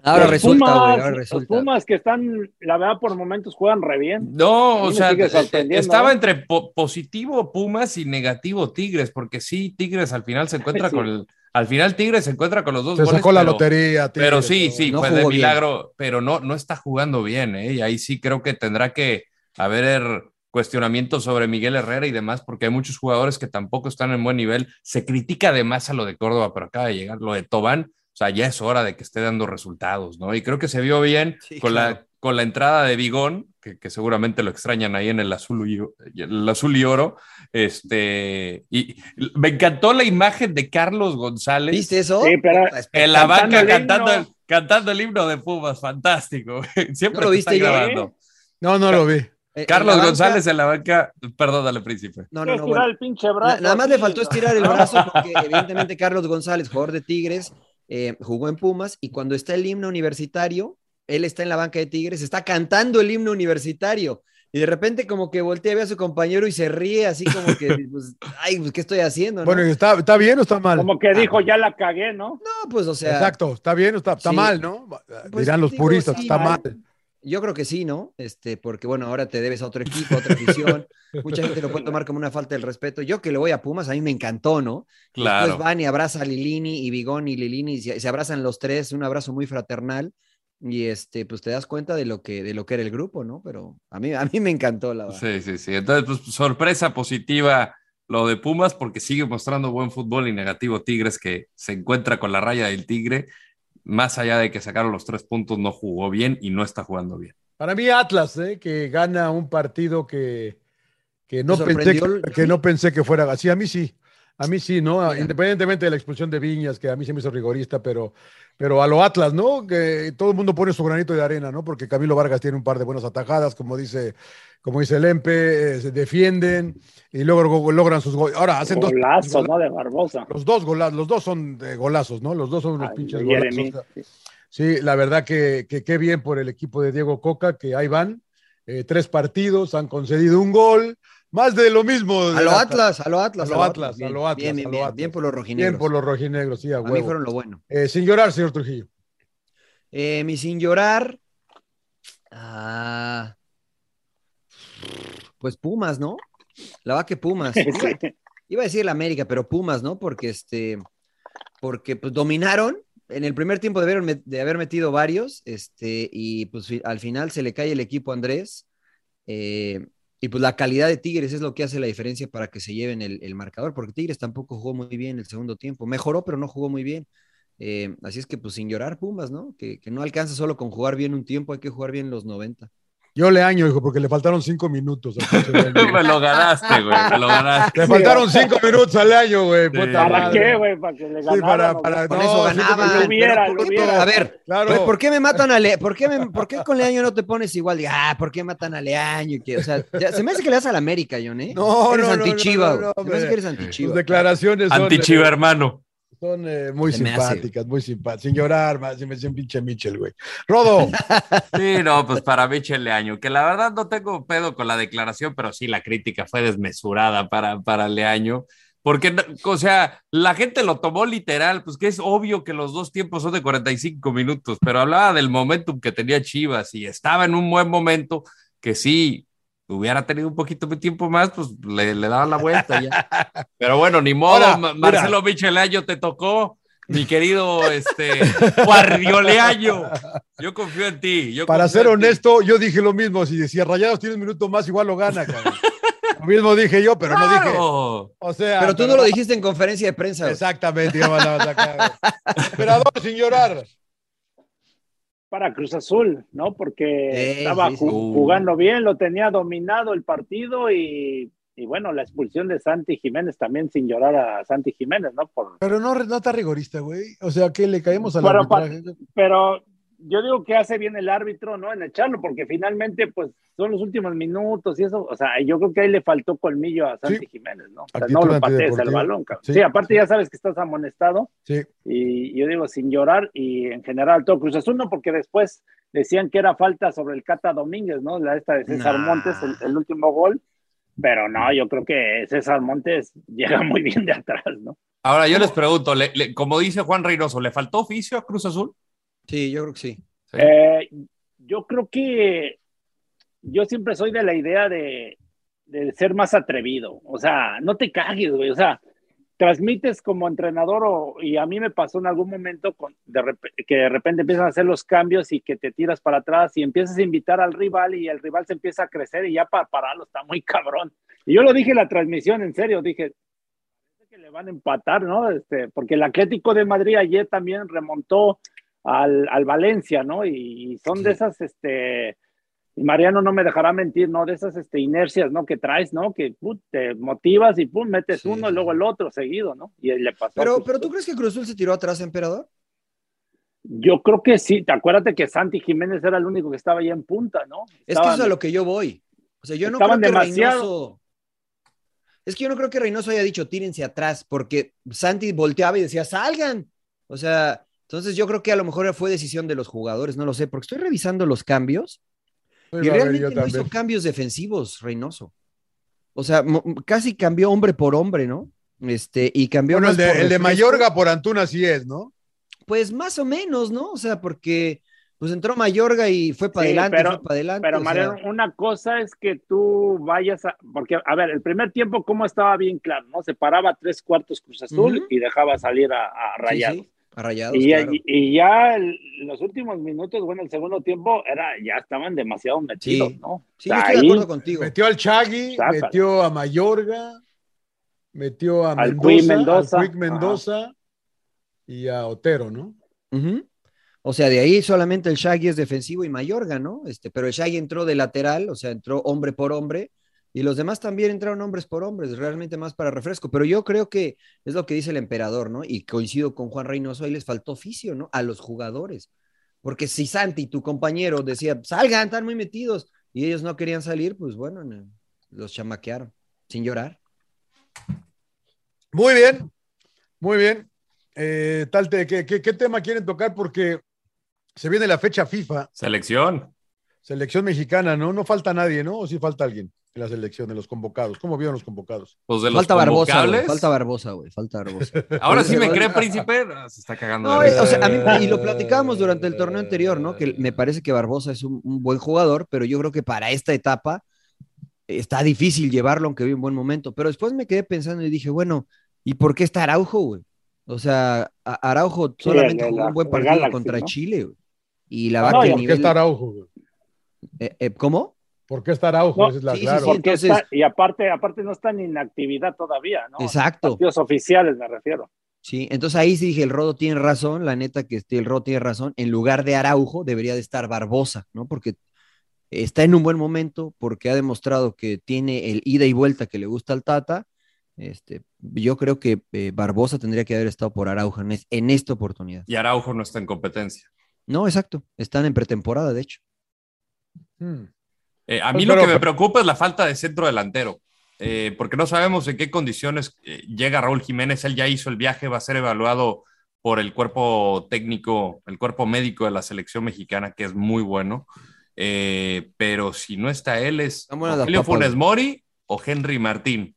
Ahora
Los
resulta, güey,
Pumas,
ahora
Los
resulta.
Pumas que están, la verdad, por momentos juegan re bien.
No,
A mí
o
me
sea,
sigue
eh, eh,
sorprendiendo,
estaba
¿eh?
entre po- positivo Pumas y negativo Tigres, porque sí, Tigres al final se encuentra
Sí.
con el- al final Tigres se encuentra con los dos
Se
goles,
sacó la
pero-
lotería. tío.
Pero sí, sí,
No
fue de
jugó bien.
milagro, pero no, no está jugando bien, ¿eh? Y ahí sí creo que tendrá que haber cuestionamientos sobre Miguel Herrera y demás, porque hay muchos jugadores que tampoco están en buen nivel. Se critica además a lo de Córdoba, pero acaba de llegar lo de Tobán. O sea, ya es hora de que esté dando resultados, ¿no? Y creo que se vio bien
Sí,
con,
claro.
la, con la entrada de Bigón, que, que seguramente lo extrañan ahí en el azul y, el azul y oro. Este, y me encantó la imagen de Carlos González.
¿Viste eso?
Sí, pero
En la
Cantando
banca
el
cantando,
himno.
el, cantando el himno de Pumas, fantástico. güey. Siempre
¿No lo
te
viste,
están
Jerry?
grabando.
No, no lo vi.
Eh, en
Carlos
la banca-
González en la banca, perdónale, príncipe.
No, no,
Quiero
no.
estirar
bueno.
el pinche
Na-
brazo
Nada más
así,
le faltó
¿no?
estirar el brazo porque evidentemente Carlos González, jugador de Tigres, eh, jugó en Pumas y cuando está el himno universitario, él está en la banca de Tigres, está cantando el himno universitario. Y de repente como que voltea a ver a su compañero y se ríe así como que, pues, ay, pues, ¿qué estoy haciendo? no?
Bueno, ¿y está, está bien o está mal?
Como que dijo, ya la cagué, ¿no?
No, pues, o sea...
Exacto, está bien o está, está
Sí.
mal, ¿no?
Pues,
Dirán los
digo,
puristas,
sí,
está mal.
Yo creo que sí, ¿no? Este, porque bueno, ahora te debes a otro equipo, a otra afición. Mucha gente lo puede tomar como una falta del respeto. Yo que le voy a Pumas, a mí me encantó, ¿no?
Claro.
Después van y abraza a Lilini y Bigón y Lilini y se, se abrazan los tres, un abrazo muy fraternal. Y este, pues te das cuenta de lo que, de lo que era el grupo, ¿no? Pero a mí, a mí me encantó la verdad.
Sí, sí, sí. Entonces, pues, sorpresa positiva lo de Pumas porque sigue mostrando buen fútbol y negativo Tigres que se encuentra con la raya del Tigre. Más allá de que sacaron los tres puntos, no jugó bien y no está jugando bien.
Para mí Atlas, ¿eh? que gana un partido que, que, no
¿Te
pensé que,
sorprendió?
que no pensé que fuera así. A mí sí, a mí sí, ¿no? Independientemente de la expulsión de Viñas, que a mí se me hizo rigorista, pero, pero a lo Atlas, ¿no? Que todo el mundo pone su granito de arena, ¿no? Porque Camilo Vargas tiene un par de buenas atajadas, como dice, como dice Lempe, eh, se defienden y luego logran sus goles. Ahora hacen dos
Golazo, ¿no? De Barbosa.
los dos golazos, los dos son de golazos, ¿no? Los dos son unos
Ay,
pinches
de
golazos.
Jeremy.
Sí, la verdad que que qué bien por el equipo de Diego Coca, que ahí van. eh, tres partidos, han concedido un gol, más de lo mismo. de
A lo
la-
Atlas, a lo Atlas.
A lo Atlas, a
bien,
lo Atlas,
Bien, bien,
a lo
bien,
Atlas.
bien por los rojinegros.
Bien por los rojinegros, sí, a
a
huevo.
mí fueron lo bueno.
Eh, sin llorar, señor Trujillo.
Eh, mi sin llorar. Ah, pues Pumas, ¿no? La va que Pumas. Iba, iba a decir el América, pero Pumas, ¿no? Porque este, porque pues, dominaron. En el primer tiempo debieron met- de haber metido varios, este, y pues fi- al final se le cae el equipo a Andrés. eh, y pues la calidad de Tigres es lo que hace la diferencia para que se lleven el, el marcador, porque Tigres tampoco jugó muy bien el segundo tiempo. Mejoró, pero no jugó muy bien. Eh, así es que, pues, sin llorar, Pumas, ¿no? Que, que no alcanza solo con jugar bien un tiempo, hay que jugar bien los 90.
Yo le año, hijo, porque le faltaron cinco minutos. al pinche Leaño.
me lo ganaste, güey. Me lo ganaste.
le faltaron cinco minutos al año, güey.
Sí.
puta
¿Para
madre.
qué, güey? Para que le
Sí,
ganaran.
para,
¿o
para,
Con
no,
eso
sí,
ganaban.
lo hubiera,
Pero,
lo hubiera.
A ver,
Claro.
güey, Pues, ¿por qué me matan a Leaño? ¿Por qué, me- por qué con Leaño no te pones igual? De, ah, ¿por qué matan a Leaño? Y que, o sea, ya- se me hace que le das a la América, John, ¿eh?
No,
eres
no, no, no,
antichiva,
no, Pues no,
güey. Se me hace que eres antichiva.
Sus declaraciones son, eh,
Antichiva, hermano.
son eh, muy
Se me hace.
simpáticas, muy simpáticas. Sin llorar, más, sin, sin pinche Michel, güey. Rodo.
Sí, no, pues para Michel Leaño, que la verdad no tengo pedo con la declaración, pero sí la crítica fue desmesurada para, para Leaño, porque, no- o sea, la gente lo tomó literal, pues que es obvio que los dos tiempos son de 45 minutos, pero hablaba del momentum que tenía Chivas y estaba en un buen momento que sí. Hubiera tenido un poquito de tiempo más, pues le, le daban la vuelta ya. Pero bueno, ni modo,
Ahora,
Ma-
mira.
Marcelo Michel Leaño te tocó, mi querido este, Guardioleaño. Yo confío en ti. yo
Para
confío
ser
en ti.
honesto, yo dije lo mismo. Si decía Rayados tiene un minuto más, igual lo gana, cabrón. Lo mismo dije yo, pero no dije.
Claro.
O sea,
Pero tú no lo dijiste en conferencia de prensa. güey.
Exactamente, ya me la vas a sacar. Emperador sin llorar.
para Cruz Azul, ¿no? Porque
Sí,
estaba
sí, Uh. sí.
ju- jugando bien, lo tenía dominado el partido y, y bueno, la expulsión de Santi Jiménez también sin llorar a Santi Jiménez, ¿no? Por,
Pero no, no está rigorista, güey. O sea, que le caemos al
Pero,
arbitraje.
pero yo digo que hace bien el árbitro, ¿no? En echarlo, porque finalmente, pues, son los últimos minutos y eso, o sea, yo creo que ahí le faltó colmillo a Santi
Sí.
Jiménez, ¿no? O sea,
Actitud
no lo patees el
antideportiva.
balón, cabrón.
Sí.
Sí, aparte ya sabes que estás amonestado.
Sí.
Y yo digo, sin llorar, y en general todo Cruz Azul, no, porque después decían que era falta sobre el Cata Domínguez, ¿no? La esta de César
Nah.
Montes, el, el último gol. Pero no, yo creo que César Montes llega muy bien de atrás, ¿no?
Ahora yo les pregunto, le- le- como dice Juan Reynoso, ¿le faltó oficio a Cruz Azul?
Sí, yo creo que sí.
Sí.
Eh, yo creo que yo siempre soy de la idea de, de ser más atrevido. O sea, no te cagues, güey. O sea, transmites como entrenador o- y a mí me pasó en algún momento con, de rep- que de repente empiezan a hacer los cambios y que te tiras para atrás y empiezas a invitar al rival y el rival se empieza a crecer y ya para pararlo está muy cabrón. Y yo lo dije en la transmisión, en serio, dije "Parece que le van a empatar, ¿no? Este, porque el Atlético de Madrid ayer también remontó al, al Valencia, ¿no? Y, y son de esas, este, y Mariano no me dejará mentir, ¿no? De esas este, inercias, ¿no? Que traes, ¿no? Que put, te motivas y pum, metes
Sí,
uno
sí,
y luego
sí.
el otro seguido, ¿no? Y le pasó.
Pero,
Pues,
pero ¿tú crees que Cruz Azul se tiró atrás, emperador?
Yo creo que sí, te acuérdate que Santi Jiménez era el único que estaba ahí en punta, ¿no?
Es que
Estaban-
eso es a lo que yo voy. O sea, yo no
Estaban
creo que
demasiado-
Reynoso. Es que yo no creo que Reynoso haya dicho tírense atrás, porque Santi volteaba y decía, salgan. O sea, Entonces yo creo que a lo mejor fue decisión de los jugadores, no lo sé, porque estoy revisando los cambios
Ahí va
y
Pues, a ver
realmente
yo
no
también.
hizo cambios defensivos, Reynoso. O sea, mo- casi cambió hombre por hombre, ¿no? Este, y cambió.
Bueno,
más
el de,
por
el de
refresco.
Mayorga por Antuna sí es, ¿no?
Pues más o menos, ¿no? O sea, porque pues entró Mayorga y fue para
Sí,
adelante,
pero-
fue para adelante.
Pero
o sea,
Mariano, una cosa es que tú vayas a, porque a ver, el primer tiempo cómo estaba bien claro, ¿no? Se paraba tres cuartos Cruz Azul
Ujú.
y dejaba salir a, a
sí,
Rayados.
sí, a Rayados,
Y ya,
claro.
y- y ya el- los últimos minutos, bueno, el segundo tiempo era ya estaban demasiado metidos, ¿no?
Sí,
O
yo
sea,
estoy de
ahí-
acuerdo contigo.
Metió al Chagui,
Sácalo.
metió a Mayorga, metió a
Al
Mendoza,
Cui Mendoza.
al Cui Mendoza y a Otero, ¿no?
Ujú. O sea, de ahí solamente el Shaggy es defensivo y Mayorga, ¿no? Este, pero el Shaggy entró de lateral, o sea, entró hombre por hombre, y los demás también entraron hombres por hombres, realmente más para refresco. Pero yo creo que es lo que dice el emperador, ¿no? Y coincido con Juan Reynoso, ahí les faltó oficio, ¿no? A los jugadores. Porque si Santi, tu compañero, decía, salgan, están muy metidos, y ellos no querían salir, pues bueno, no, los chamaquearon, sin llorar.
Muy bien, muy bien. Eh, Talte, ¿qué, qué, qué tema quieren tocar? Porque se viene la fecha FIFA,
Selección.
selección mexicana, ¿no? No falta nadie, ¿no? ¿O sí falta alguien en la selección, de los convocados? ¿Cómo vieron los convocados?
Pues de los
Falta Barbosa, güey,
convocables.
falta Barbosa, güey, falta Barbosa.
Ahora sí me
Ahorita-
cree, príncipe. Ah, Se está cagando. de
No, eh,
risa.
o sea, a mí- y lo platicábamos durante el torneo anterior, ¿no? Que me parece que Barbosa es un, un buen jugador, pero yo creo que para esta etapa eh, está difícil llevarlo, aunque vi un buen momento. Pero después me quedé pensando y dije, bueno, ¿y por qué está Araujo, güey? O sea, a- Araujo
Sí,
solamente
el de
jugó
la-
un buen
el
partido
Galaxy,
contra
¿no?
Chile, güey. Y la
Ah,
verdad que el
¿Por qué
nivel-
está Araujo? güey?
eh, eh, ¿Cómo?
¿Por qué está Araujo?
No,
Esa es la
sí, sí,
claro.
sí.
porque
entonces-
está- y aparte, aparte no están en actividad todavía, ¿no?
Exacto.
Partidos oficiales me refiero.
Sí, entonces ahí sí dije, el Rodo tiene razón, la neta que este, el Rodo tiene razón, en lugar de Araujo debería de estar Barbosa, ¿no? Porque está en un buen momento, porque ha demostrado que tiene el ida y vuelta que le gusta al Tata. Este, yo creo que eh, Barbosa tendría que haber estado por Araujo en, es- en esta oportunidad.
Y Araujo no está en competencia.
No, exacto, están en pretemporada, de hecho.
Hmm.
Eh, a
Pues,
mí lo
pero-
que me preocupa es la falta de centro delantero, eh, porque no sabemos en qué condiciones eh, llega Raúl Jiménez. Él ya hizo el viaje, va a ser evaluado por el cuerpo técnico, el cuerpo médico de la selección mexicana, que es muy bueno. Eh, pero si no está él, es
Están buenas las
Rogelio
papas.
Funes Mori o Henry Martín.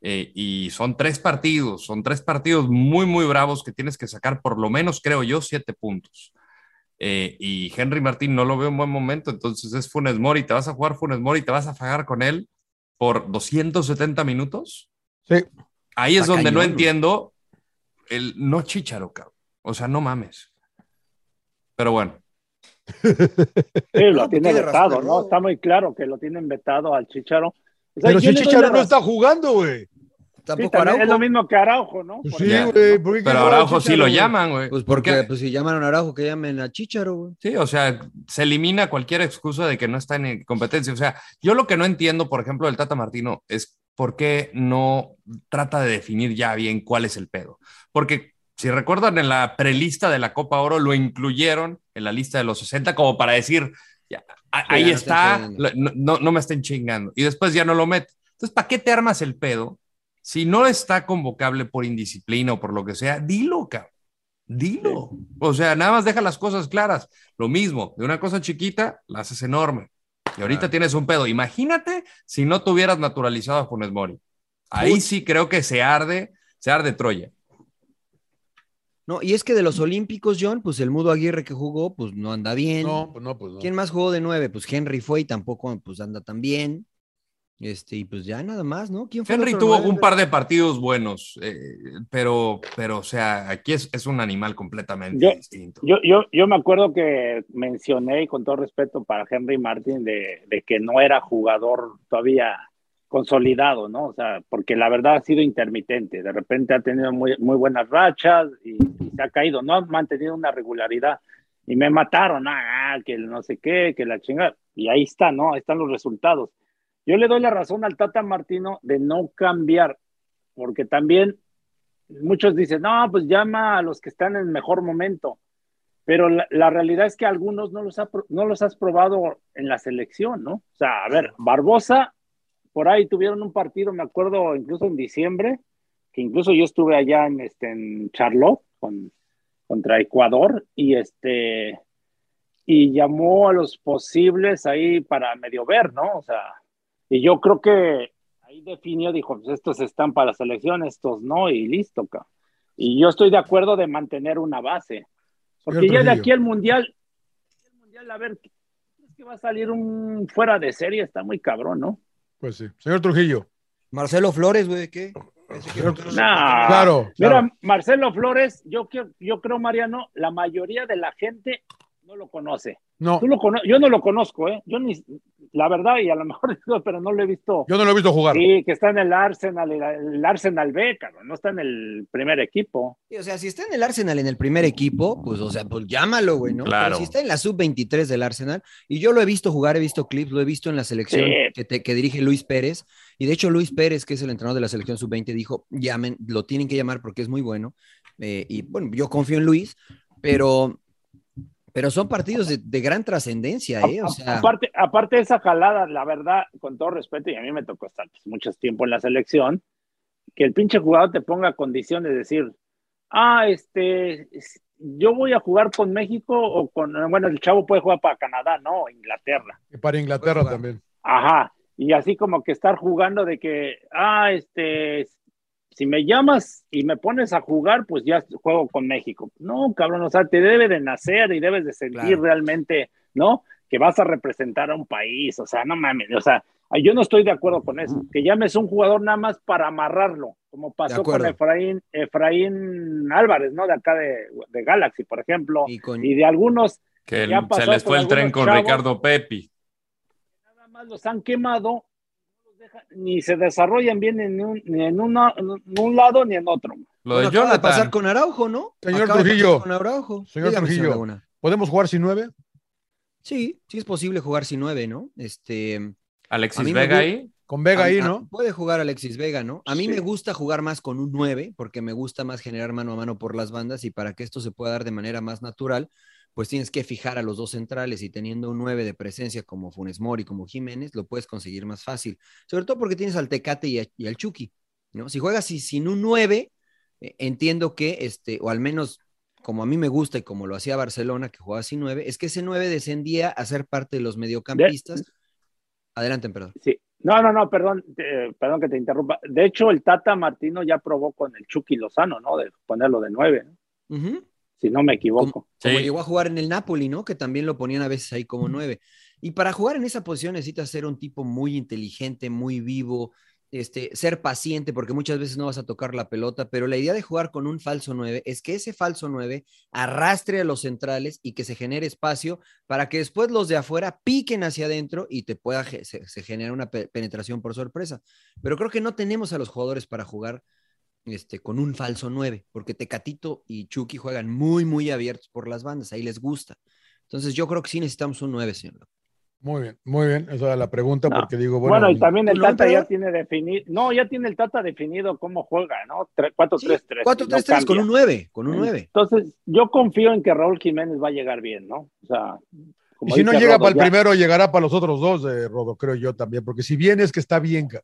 Eh, y son tres partidos, son tres partidos muy, muy bravos que tienes que sacar por lo menos, creo yo, siete puntos. Eh, y Henry Martín no lo veo en buen momento, entonces es Funes Mori, te vas a jugar Funes Mori, te vas a fajar con él por 270 minutos.
Sí.
Ahí es
Está
donde no
cañón, güey.
entiendo el no chicharo, cabrón. O sea, no mames. Pero bueno,
Sí,
Ah,
lo
No, pues
tiene
tiene
vetado,
razón,
¿no?
¿no?
Está muy claro que lo tienen vetado al Chicharo. O sea,
Pero
yo
si
le doy
Chicharo
la
no
razón.
está jugando, güey.
Sí,
Tampoco
también
Araujo.
es lo mismo que Araujo, ¿no?
Pues
Por
sí,
ejemplo.
güey. ¿por qué
pero
no juega
Araujo sí
Chicharo,
lo
güey?
llaman, güey.
Pues porque
¿Qué?
pues, si llaman a Araujo, que llamen a Chicharo, güey.
Sí, o sea, se elimina cualquier excusa de que no está en competencia. O sea, yo lo que no entiendo, por ejemplo, del Tata Martino es por qué no trata de definir ya bien cuál es el pedo. Porque si recuerdan en la prelista de la Copa Oro, lo incluyeron en la lista de los 60 como para decir, ya, a- ahí
no
está,
estén
lo- no, no- no me estén chingando. Y después ya no lo mete. Entonces, ¿para qué te armas el pedo? Si no está convocable por indisciplina o por lo que sea, dilo, cabrón. Dilo. O sea, nada más deja las cosas claras. Lo mismo, de una cosa chiquita la haces enorme. Y ahorita
Claro.
tienes un pedo. Imagínate si no tuvieras naturalizado a Funes Mori. Ahí
Uy.
sí creo que se arde, se arde Troya.
No, y es que de los Olímpicos, John, pues el Mudo Aguirre que jugó, pues no anda bien.
No, pues no, pues no.
¿Quién más jugó de nueve? Pues Henry fue y tampoco pues anda tan bien. Este, y pues ya nada más, ¿no? ¿Quién fue el
Henry
otro
tuvo
nueve?
un par de partidos buenos, eh, pero, pero, o sea, aquí es, es un animal completamente
Yo-
distinto.
Yo, yo, yo me acuerdo que mencioné, y con todo respeto para Henry Martin, de, de que no era jugador todavía consolidado, ¿no? O sea, porque la verdad ha sido intermitente. De repente ha tenido muy, muy buenas rachas y, y se ha caído. No ha mantenido una regularidad. Y me mataron, ah, que el no sé qué, que la chingada. Y ahí está, ¿no? Ahí están los resultados. Yo le doy la razón al Tata Martino de no cambiar, porque también muchos dicen, no, pues llama a los que están en mejor momento. Pero la, la realidad es que algunos no los, ha pro- no los has probado en la selección, ¿no? O sea, a ver, Barbosa, por ahí tuvieron un partido, me acuerdo, incluso en diciembre, que incluso yo estuve allá en, este, en Charlotte con, contra Ecuador y este y llamó a los posibles ahí para medio ver, ¿no? O sea, y yo creo que ahí definió, dijo, pues estos están para la selección, estos no, y listo, ca. Y yo estoy de acuerdo de mantener una base. Porque ya de aquí al mundial, el mundial, a ver, es que va a salir un fuera de serie, está muy cabrón, ¿no?
Pues sí. Señor Trujillo.
Marcelo Flores, güey, ¿qué?
No,
Ah,
claro, Mira, Marcelo Flores, yo, creo- yo creo, Mariano, la mayoría de la gente no lo conoce.
No.
Tú lo cono- yo no lo conozco, ¿eh? Yo ni, la verdad, y a lo mejor, digo, pero no lo he visto.
Yo no lo he visto jugar.
Sí, que está en el Arsenal, el, el Arsenal B, cabrón, no está en el primer equipo.
Sí, O sea, si está en el Arsenal en el primer equipo, pues, o sea, pues llámalo, güey, ¿no?
Claro.
Pero si está en la sub-23 del Arsenal, y yo lo he visto jugar, he visto clips, lo he visto en la selección
Sí.
que, te- que dirige Luis Pérez, y de hecho Luis Pérez, que es el entrenador de la selección sub-20, dijo, llamen, lo tienen que llamar porque es muy bueno, eh, y bueno, yo confío en Luis, pero, pero son partidos de, de gran trascendencia, ¿eh? O sea,
Aparte, aparte de esa jalada, la verdad, con todo respeto, y a mí me tocó estar pues, mucho tiempo en la selección, que el pinche jugador te ponga condiciones, decir, ah, este, es- yo voy a jugar con México o con, bueno, el chavo puede jugar para Canadá, no, Inglaterra.
Y para Inglaterra también.
Ajá. Y así como que estar jugando de que, ah, este, si me llamas y me pones a jugar, pues ya juego con México. No, cabrón, o sea, te debe de nacer y debes de sentir
Claro.
realmente, ¿no? Que vas a representar a un país, o sea, no mames, o sea, yo no estoy de acuerdo con eso, que llames un jugador nada más para amarrarlo, como pasó con
acuerdo.
Efraín, Efraín Álvarez, ¿no? De acá de, de Galaxy, por ejemplo, y,
con-
de algunos
Que el-
Ya pasó
se les
con
fue el tren
algunos
con
chavos.
Ricardo Pepi.
nada más los han quemado, no los deja- ni se desarrollan bien en un, ni en, una- en un lado ni en otro.
Lo
bueno,
de
acaba de
Jonathan.
pasar con Araujo, ¿no?
Pues Señor
Acaba de pasar
Trujillo.
Con Araujo.
Señor
Dígame,
Trujillo.
Laguna.
¿Podemos jugar sin nueve?
Sí, sí es posible jugar sin nueve, ¿no? Este.
Alexis
a mí me
Vega
gu-
ahí.
Con Vega
a-
ahí,
a-
¿no?
puede jugar Alexis Vega, ¿no? A mí me gusta jugar más con un 9 porque me gusta más generar mano a mano por las bandas y para que esto se pueda dar de manera más natural, pues tienes que fijar a los dos centrales y teniendo un 9 de presencia como Funes Mori, como Jiménez, lo puedes conseguir más fácil. Sobre todo porque tienes al Tecate y, a- y al Chucky, ¿no? Si juegas si- sin un 9, eh, entiendo que, este, o al menos como a mí me gusta y como lo hacía Barcelona, que jugaba sin 9, es que ese 9 descendía a ser parte de los mediocampistas. Adelante, perdón.
Sí. No, no, no, perdón, eh, perdón que te interrumpa. De hecho, el Tata Martino ya probó con el Chucky Lozano, ¿no? De ponerlo de nueve, ¿no?
Ujú.
si no me equivoco.
Como llegó a jugar en el Napoli, ¿no? Que también lo ponían a veces ahí como nueve. Y para jugar en esa posición necesitas ser un tipo muy inteligente, muy vivo, este, ser paciente, porque muchas veces no vas a tocar la pelota, pero la idea de jugar con un falso nueve es que ese falso nueve arrastre a los centrales y que se genere espacio para que después los de afuera piquen hacia adentro y te pueda ge- se, se genere una pe- penetración por sorpresa. Pero creo que no tenemos a los jugadores para jugar este, con un falso 9, porque Tecatito y Chucky juegan muy, muy abiertos por las bandas, ahí les gusta. Entonces yo creo que sí necesitamos un 9, señor.
Muy bien, muy bien. Esa era la pregunta, porque digo, bueno.
Bueno, y también el
¿No,
Tata
perdón?
ya tiene definido, no, ya tiene el Tata definido cómo juega, ¿no? 4-3-3.
4-3-3 con un 9, con un 9.
Entonces, yo confío en que Raúl Jiménez va a llegar bien, ¿no? O sea,
Y si no
dice
llega
Rodo,
para el
ya-
primero, llegará para los otros dos, eh, Rodo, creo yo también, porque si bien es que está bien, ca-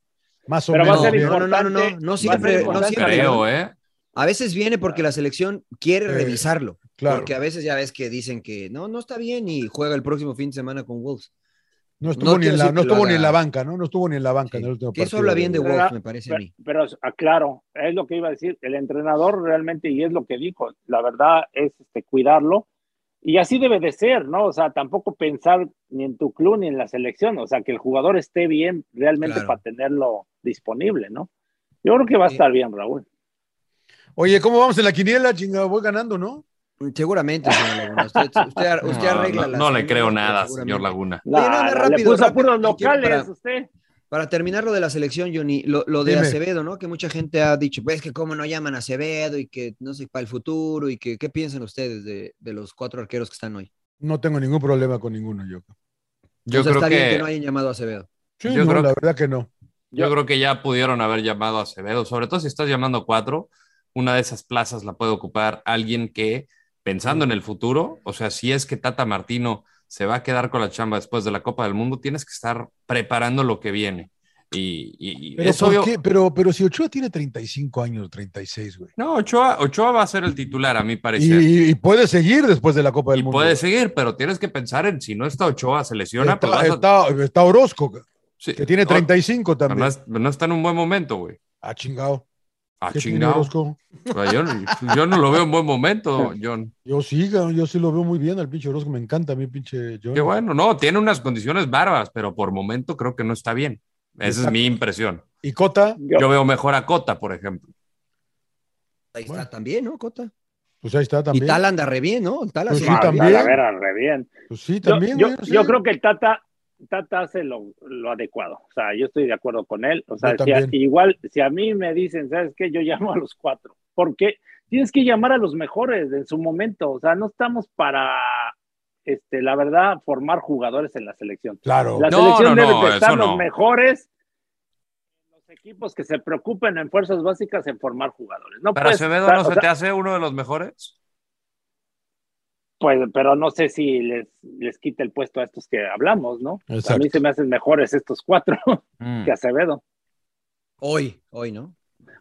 más o
Pero va a
menos.
ser
bien.
No, no, no, no, no, no,
Va a ser
siempre, no
importante.
siempre.
Creo,
¿no?
¿eh?
A veces viene porque la selección quiere
Eh,
revisarlo,
claro.
porque a veces ya ves que dicen que no, no está bien y juega el próximo fin de semana con Wolves.
No estuvo,
no
ni, en
quiero
la,
decir
no
que lo
estuvo ni
haga.
en la banca, ¿no? No estuvo ni en la banca en el último
Que eso
partido.
habla bien de
Pero-
Wolves, me parece a mí.
Pero, pero, claro, es lo que iba a decir. El entrenador realmente, y es lo que dijo, la verdad es este, cuidarlo. Y así debe de ser, ¿no? O sea, tampoco pensar ni en tu club ni en la selección. O sea, que el jugador esté bien realmente
Claro.
para tenerlo disponible, ¿no? Yo creo que va a estar bien, Raúl.
Oye, ¿cómo vamos en la quiniela? Chinga, voy ganando, ¿no?
Seguramente, señor Laguna. Usted, usted ar- usted
No,
Pues arregla
no,
las
no le
cosas,
creo nada,
seguramente.
señor Laguna.
Oye, nada más
Nah, le
rápido,
puso a
rápido,
puros
porque
locales,
para-
usted.
Para terminar lo de la selección, Johnny, lo, lo de
Dime.
Acevedo, ¿no? Que mucha gente ha dicho, pues que cómo no llaman a Acevedo y que no sé, para el futuro y que qué piensan ustedes de, de los cuatro arqueros que están hoy.
No tengo ningún problema con ninguno, yo.
Yo
O sea,
creo
está bien
que-
que no hayan llamado a Acevedo.
Sí,
Yo
no,
creo
la
que-
verdad que no.
Yo creo que ya pudieron haber llamado a Acevedo, sobre todo si estás llamando a cuatro, una de esas plazas la puede ocupar alguien que, pensando en el futuro, o sea, si es que Tata Martino se va a quedar con la chamba después de la Copa del Mundo, tienes que estar preparando lo que viene. Y, y- y
Pero,
es
¿por
obvio.
qué? Pero, pero si Ochoa tiene 35 años, 36, güey.
No, Ochoa, Ochoa va a ser el titular, a mi parecer. Y,
Y, y puede seguir después de la Copa del Mundo.
puede seguir, pero tienes que pensar en si no está Ochoa, se lesiona. pues
Está,
vas a-
está- está Orozco,
Sí.
que tiene
No,
35 también.
No, es- no está en un buen momento, güey.
Ah, chingado.
Ah,
¿Qué tiene
chingado.
Orozco?
O sea, Yo, no- yo no lo veo en buen momento, John.
Yo sí, cabrón, yo sí lo veo muy bien al pinche Orozco. Me encanta a mí, pinche John.
Qué bueno, no, tiene unas condiciones bárbaras, pero por momento creo que no está bien. Esa es
Exacto.
mi impresión.
¿Y Cota?
Yo veo mejor a Cota, por ejemplo.
Ahí está también, ¿no, Cota?
Pues ahí está también.
Y Tal anda re bien, ¿no? El Tal
Pues
hace-
sí, también.
Talavera, Ah, re bien.
Pues sí,
Yo,
también,
yo-
güey, no sé.
yo creo que el Tata, Tata hace lo, lo adecuado. O sea, yo estoy de acuerdo con él. O sea,
Yo
si a-
también.
igual, si a mí me dicen, ¿sabes qué? Yo llamo a los cuatro. Porque tienes que llamar a los mejores en su momento. O sea, no estamos para, este, la verdad, formar jugadores en la selección.
Claro.
La
No,
selección
no,
debe
no,
de
eso
estar los
no.
mejores los equipos que se preocupen en fuerzas básicas en formar jugadores. No
¿Para
puedes
Acevedo
estar-
no
Pues, o
se
sea,
te hace uno de los mejores?
pues, pero no sé si les, les quita el puesto a estos que hablamos, ¿no? A mí
Exacto.
se me hacen mejores estos cuatro
Mm.
que Acevedo.
Hoy, hoy, ¿no?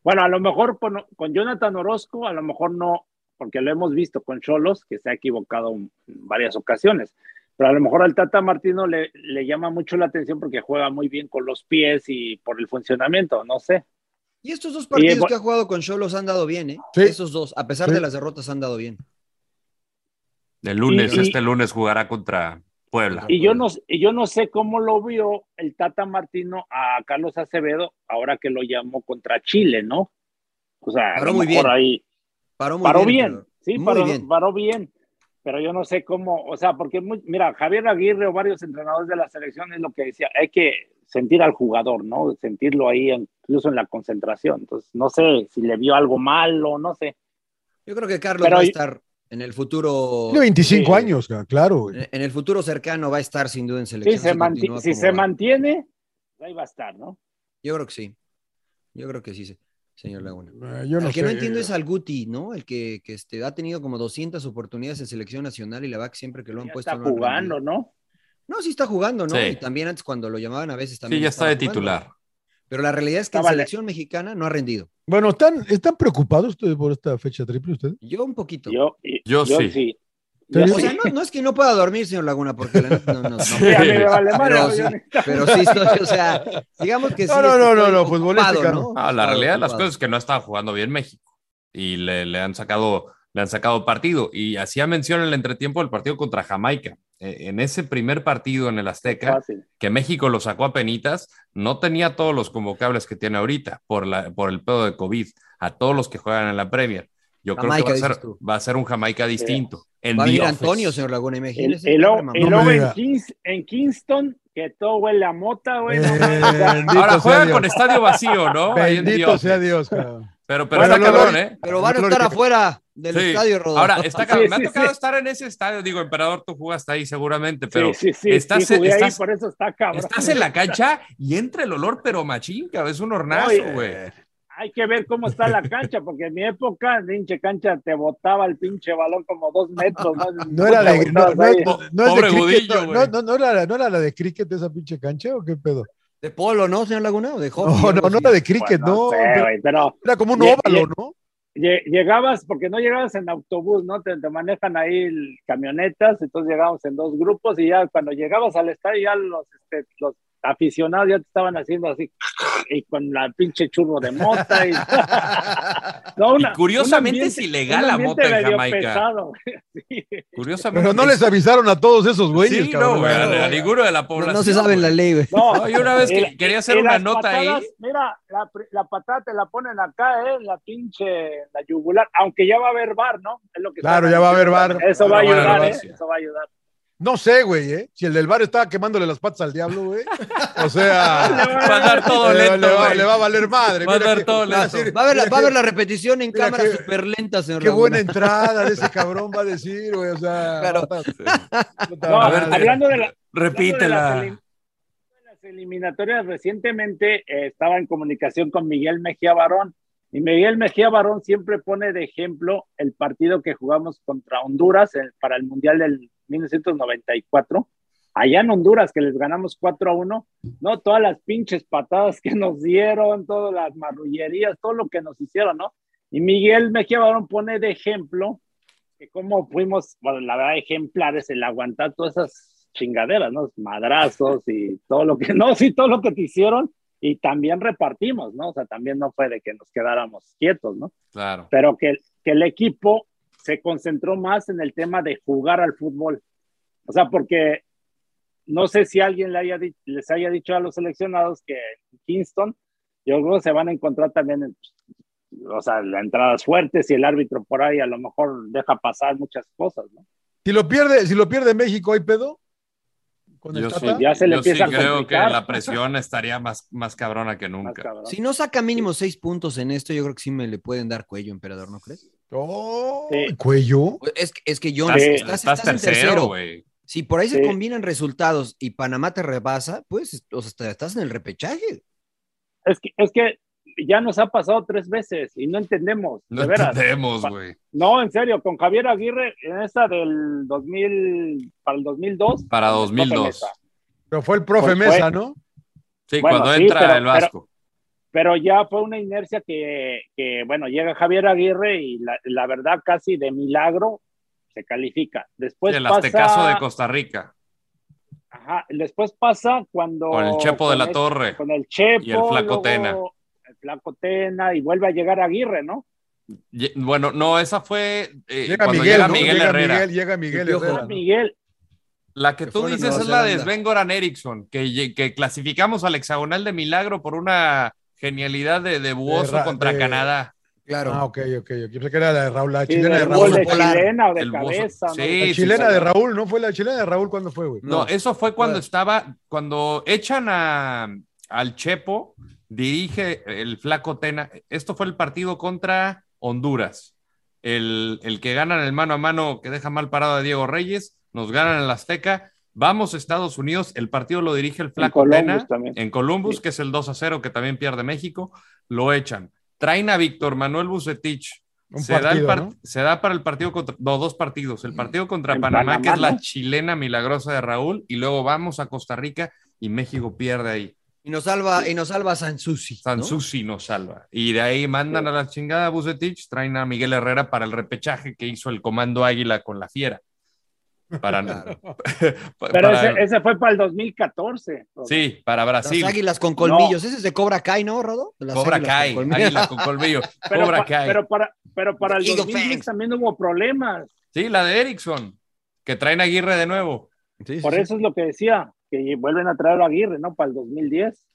Bueno, a lo mejor con, con Jonathan Orozco, a lo mejor no, porque lo hemos visto con Cholos, que se ha equivocado en varias ocasiones. Pero a lo mejor al Tata Martino le, le llama mucho la atención porque juega muy bien con los pies y por el funcionamiento, no sé.
Y estos dos
Y,
partidos
bueno-
que ha jugado con Cholos han dado bien, ¿eh?
Sí.
Esos dos, a pesar
Sí.
de las derrotas, han dado bien.
El lunes,
Y- y-
este lunes jugará contra Puebla.
Y yo no, y yo no sé cómo lo vio el Tata Martino a Carlos Acevedo ahora que lo llamó contra Chile, ¿no? O sea, a
Paró
lo
muy
mejor
bien.
ahí.
Paró muy
Paró
bien.
bien,
pero-
sí,
muy
paró
bien.
paró bien. Pero yo no sé cómo, o sea, porque muy- mira, Javier Aguirre o varios entrenadores de la selección es lo que decía, hay que sentir al jugador, ¿no? Sentirlo ahí incluso en la concentración. Entonces, no sé si le vio algo malo, no sé.
Yo creo que Carlos
Pero
va a
yo-
estar en el futuro.
Tiene 25
Sí.
años, cabrón, claro, güey.
En el futuro cercano va a estar sin duda en selección.
Si se, manti-
continúa
si
como
se
va.
mantiene, ahí va a estar, ¿no?
Yo creo que sí. Yo creo que sí, se- señor Laguna.
Eh, yo no
el que
sé.
no entiendo es al Guti, ¿no? El que, que este, ha tenido como 200 oportunidades en selección nacional y la VAC siempre que lo han
Ya
puesto.
está
no han
jugando,
rendido.
¿no?
No, sí está jugando, ¿no?
Sí.
Y también antes cuando lo llamaban a veces también.
Sí, ya está de
estaba jugando.
titular.
Pero la realidad es que en
Estaba le-
selección mexicana no ha rendido.
Bueno, ¿están, ¿están preocupados ustedes por esta fecha triple ustedes?
Yo un poquito.
Yo, y-
Yo sí.
¿Te
Yo
digo?
O sea,
sí.
no, no es que no pueda dormir, señor Laguna, porque la neta no, no, no.
Sí, a mí me vale madre,
Pero
yo
sí,
ni-
pero sí estoy, o sea, digamos que sí.
No, no, no,
este,
no,
estoy
no,
ocupado,
futbolística,
¿no?
no.
Ah, la
Ocupado,
realidad de las
pues, ocupado.
cosas es que no estaba jugando bien México y le, le han sacado le han sacado partido y hacía mención en el entretiempo del partido contra Jamaica. Eh, En ese primer partido en el Azteca,
Fácil.
que México lo sacó a penitas, no tenía todos los convocables que tiene ahorita por, la, por el pedo de COVID, a todos los que juegan en la Premier. Yo creo
Jamaica,
que va a, ser,
dices tú.
va a ser un Jamaica distinto. En
Va a
The
venir
Office.
Antonio, señor Laguna,
El,
imagínese.
el,
no,
o-
hermano.
el
No
o
me
en,
diga.
Kings- en Kingston, que todo huele a mota, güey. no
Eh,
mames, o sea,
bendito
Ahora
sea
juegan
Dios.
con estadio vacío, ¿no? Ahí en The
Bendito sea
Office.
Dios, cabrón.
Pero, pero
Bueno,
está
no, no,
cabrón, ¿eh?
Pero van a
Flor,
estar
que-
afuera del
Sí.
estadio, Rodolfo.
Ahora, está
Sí,
cabrón. me
sí,
ha tocado
sí.
estar en ese estadio. Digo, emperador, tú jugaste ahí seguramente,
sí,
pero
sí, sí,
estás,
sí, jugué ahí,
estás,
por eso está cabrón.
estás en la cancha y entra el olor, pero machín, cabrón, es un hornazo,
Oye.
güey.
Hay que ver cómo está la cancha, porque en mi época, pinche cancha, te botaba el pinche balón como dos metros. No,
No era
Te
de, no,
botabas
no,
ahí.
no- no es de
Pobre
cricket,
Gudillo,
no,
güey.
no, no era, no era la de cricket esa pinche cancha o qué pedo.
De polo, ¿no, señor Laguna? ¿O de hockey?
No, no,
algo
no
así?
era de
Pues
cricket, no.
sé,
pero
güey, pero
Era como un
Ye-
óvalo,
ye-
¿no?
lle- llegabas, porque no llegabas en autobús, ¿no? Te, te manejan ahí el- camionetas, entonces llegábamos en dos grupos y ya cuando llegabas al estadio, ya los, este, los aficionados ya te estaban haciendo así, y con la pinche churro de mota. Y, No, una-
Y curiosamente
un
es ilegal
un
la
ambiente
mota en
medio
Jamaica.
pesado, güey, sí.
Curiosamente.
Pero no les avisaron a todos esos güeyes,
Sí,
cabrón.
no, güey,
Bueno,
a, a ninguno de la
No,
población.
no se sabe la
güey.
ley, güey.
No,
No, yo una vez
y
que-
la-
quería
y
hacer
Eh, las
una nota ahí.
Mira, la, pri- la patada te la ponen acá, ¿eh? La pinche, la yugular. Aunque ya va a haber bar, ¿no? Es lo que
Claro,
están
ya va a haber
diciendo.
VAR.
Eso va a
Ya va a haber
ayudar,
VAR,
¿eh?
sí.
Eso va a ayudar.
No sé, güey, ¿eh? Si el del bar estaba quemándole las patas al diablo, güey. O sea,
Va a dar todo
le,
lento,
le va,
güey.
le va a valer madre.
Va a
mira
dar
que-
todo
va a
lento.
decir,
Va a haber la,
mira
va a ver
que-
la repetición en
mira
cámara
qué-
súper lenta, señor
Qué buena
Laguna.
entrada de ese cabrón, va a decir, güey. O sea,
Claro.
puta- puta
No,
a
madre.
ver,
hablando de la,
Repítela.
Hablando de las elim- de las eliminatorias recientemente eh, estaba en comunicación con Miguel Mejía Barón y Miguel Mejía Barón siempre pone de ejemplo el partido que jugamos contra Honduras eh, para el Mundial del 1994 allá en Honduras, que les ganamos 4 a 1, ¿no? Todas las pinches patadas que nos dieron, todas las marrullerías, todo lo que nos hicieron, ¿no? Y Miguel Mejía Barón pone de ejemplo que cómo fuimos, bueno, la verdad, ejemplares, el aguantar todas esas chingaderas, ¿no? Madrazos y todo lo que, no, sí, todo lo que te hicieron y también repartimos, ¿no? O sea, también no fue de que nos quedáramos quietos, ¿no?
Claro.
Pero que, que el equipo se concentró más en el tema de jugar al fútbol. O sea, porque no sé si alguien le haya di- les haya dicho a los seleccionados que en Kingston, yo creo que se van a encontrar también, en- o sea, las entradas fuertes y el árbitro por ahí a lo mejor deja pasar muchas cosas, ¿no?
Si lo pierde, si lo pierde México, ¿hay pedo? ¿Con el
Yo sí,
Tata?
Ya se le
yo sí
empieza a
creo que
complicar.
la presión estaría más, más cabrona que nunca.
Si no saca mínimo seis puntos en esto, yo creo que sí me le pueden dar cuello, emperador, ¿no crees?
Oh, ¿Cuello?
Pues Es, que- es que John,
Estás-
estás,
estás
estás en
tercero,
tercero.
güey.
Si por ahí se
Sí.
combinan resultados y Panamá te rebasa, pues o sea, te- estás en el repechaje.
Es que, es que ya nos ha pasado tres veces y no entendemos,
No
de veras.
entendemos,
Pa-
güey.
No, en serio, con Javier Aguirre en esa del 2000, para el 2002.
Para
nos toca en
2002.
esa.
Pero fue el profe
Pues fue-
Mesa, ¿no?
Sí,
Bueno,
cuando
sí,
entra
pero-
el Vasco.
pero ya fue una inercia que, que, bueno, llega Javier Aguirre y la, la verdad casi de milagro se califica. Después
el
pues, pasa,
Aztecaso de Costa Rica.
ajá, después pasa cuando...
Con el Chepo de
con
la
el-
Torre.
Con el Chepo.
Y el Flaco
luego
Tena.
El Flaco Tena y vuelve a llegar Aguirre, ¿no?
Ye- Bueno, no, esa fue eh,
Llega
cuando
Miguel,
llega
¿no?
Miguel
Llega
Herrera.
Miguel, llega Miguel
El Piojo.
Herrera,
Ah, Miguel.
La que
Que
tú
fue de
dices
Nueva
es la de
Zelanda.
Sven Goran Eriksson, que, lle- que clasificamos al hexagonal de milagro por una genialidad de, de Buoso
De Ra-
contra
de-
Canadá.
Claro.
Ah, ok, ok. ok. Yo pensé que era la de Raúl, la
Sí,
chilena de
del
Raúl.
gol de
Polar.
chilena o de
El Bozo.
cabeza. ¿no?
Sí,
La
sí,
chilena
sí.
de Raúl, ¿no fue la chilena de Raúl cuándo fue, güey?
No, eso fue cuando
Bueno.
estaba, cuando echan a, al Chepo, dirige el flaco Tena. Esto fue el partido contra Honduras. El, el que ganan el mano a mano que deja mal parado a Diego Reyes, nos ganan el Azteca. Vamos a Estados Unidos, el partido lo dirige el flaco
Columbus
Tena
también.
en Columbus,
Sí.
que es el 2 a 0 que también pierde México, lo echan. Traen a Víctor Manuel Bucetich.
Un
Se, da el
partido,
par-
¿no?
se da para el partido contra, no, dos partidos,
Mm.
el partido contra
En
Panamá, que
Panamá,
es la
¿no?
chilena milagrosa de Raúl, y luego vamos a Costa Rica y México pierde ahí.
Y nos salva, y nos salva Sansusi. ¿no?
Sansusi nos salva. Y de ahí mandan a la chingada a Bucetich, traen a Miguel Herrera para el repechaje que hizo el Comando Águila con la Fiera. Para,
Claro.
pa-
Pero
para-
ese, ese fue para el 2014. ¿no?
sí, para Brasil.
Las águilas con colmillos. Ese es de Cobra Kai, ¿no, Rodo? Las
Cobra
águilas con
Kai,
colmillos.
Águila con colmillo.
Pero,
Cobra
pa-
Kai.
pero para, pero para el
Eagle
2010
Fangs.
también hubo problemas.
Sí, la de Erickson, que traen a Aguirre de nuevo.
Por eso es lo que decía, que vuelven a traer a Aguirre, ¿no? Para el 2010.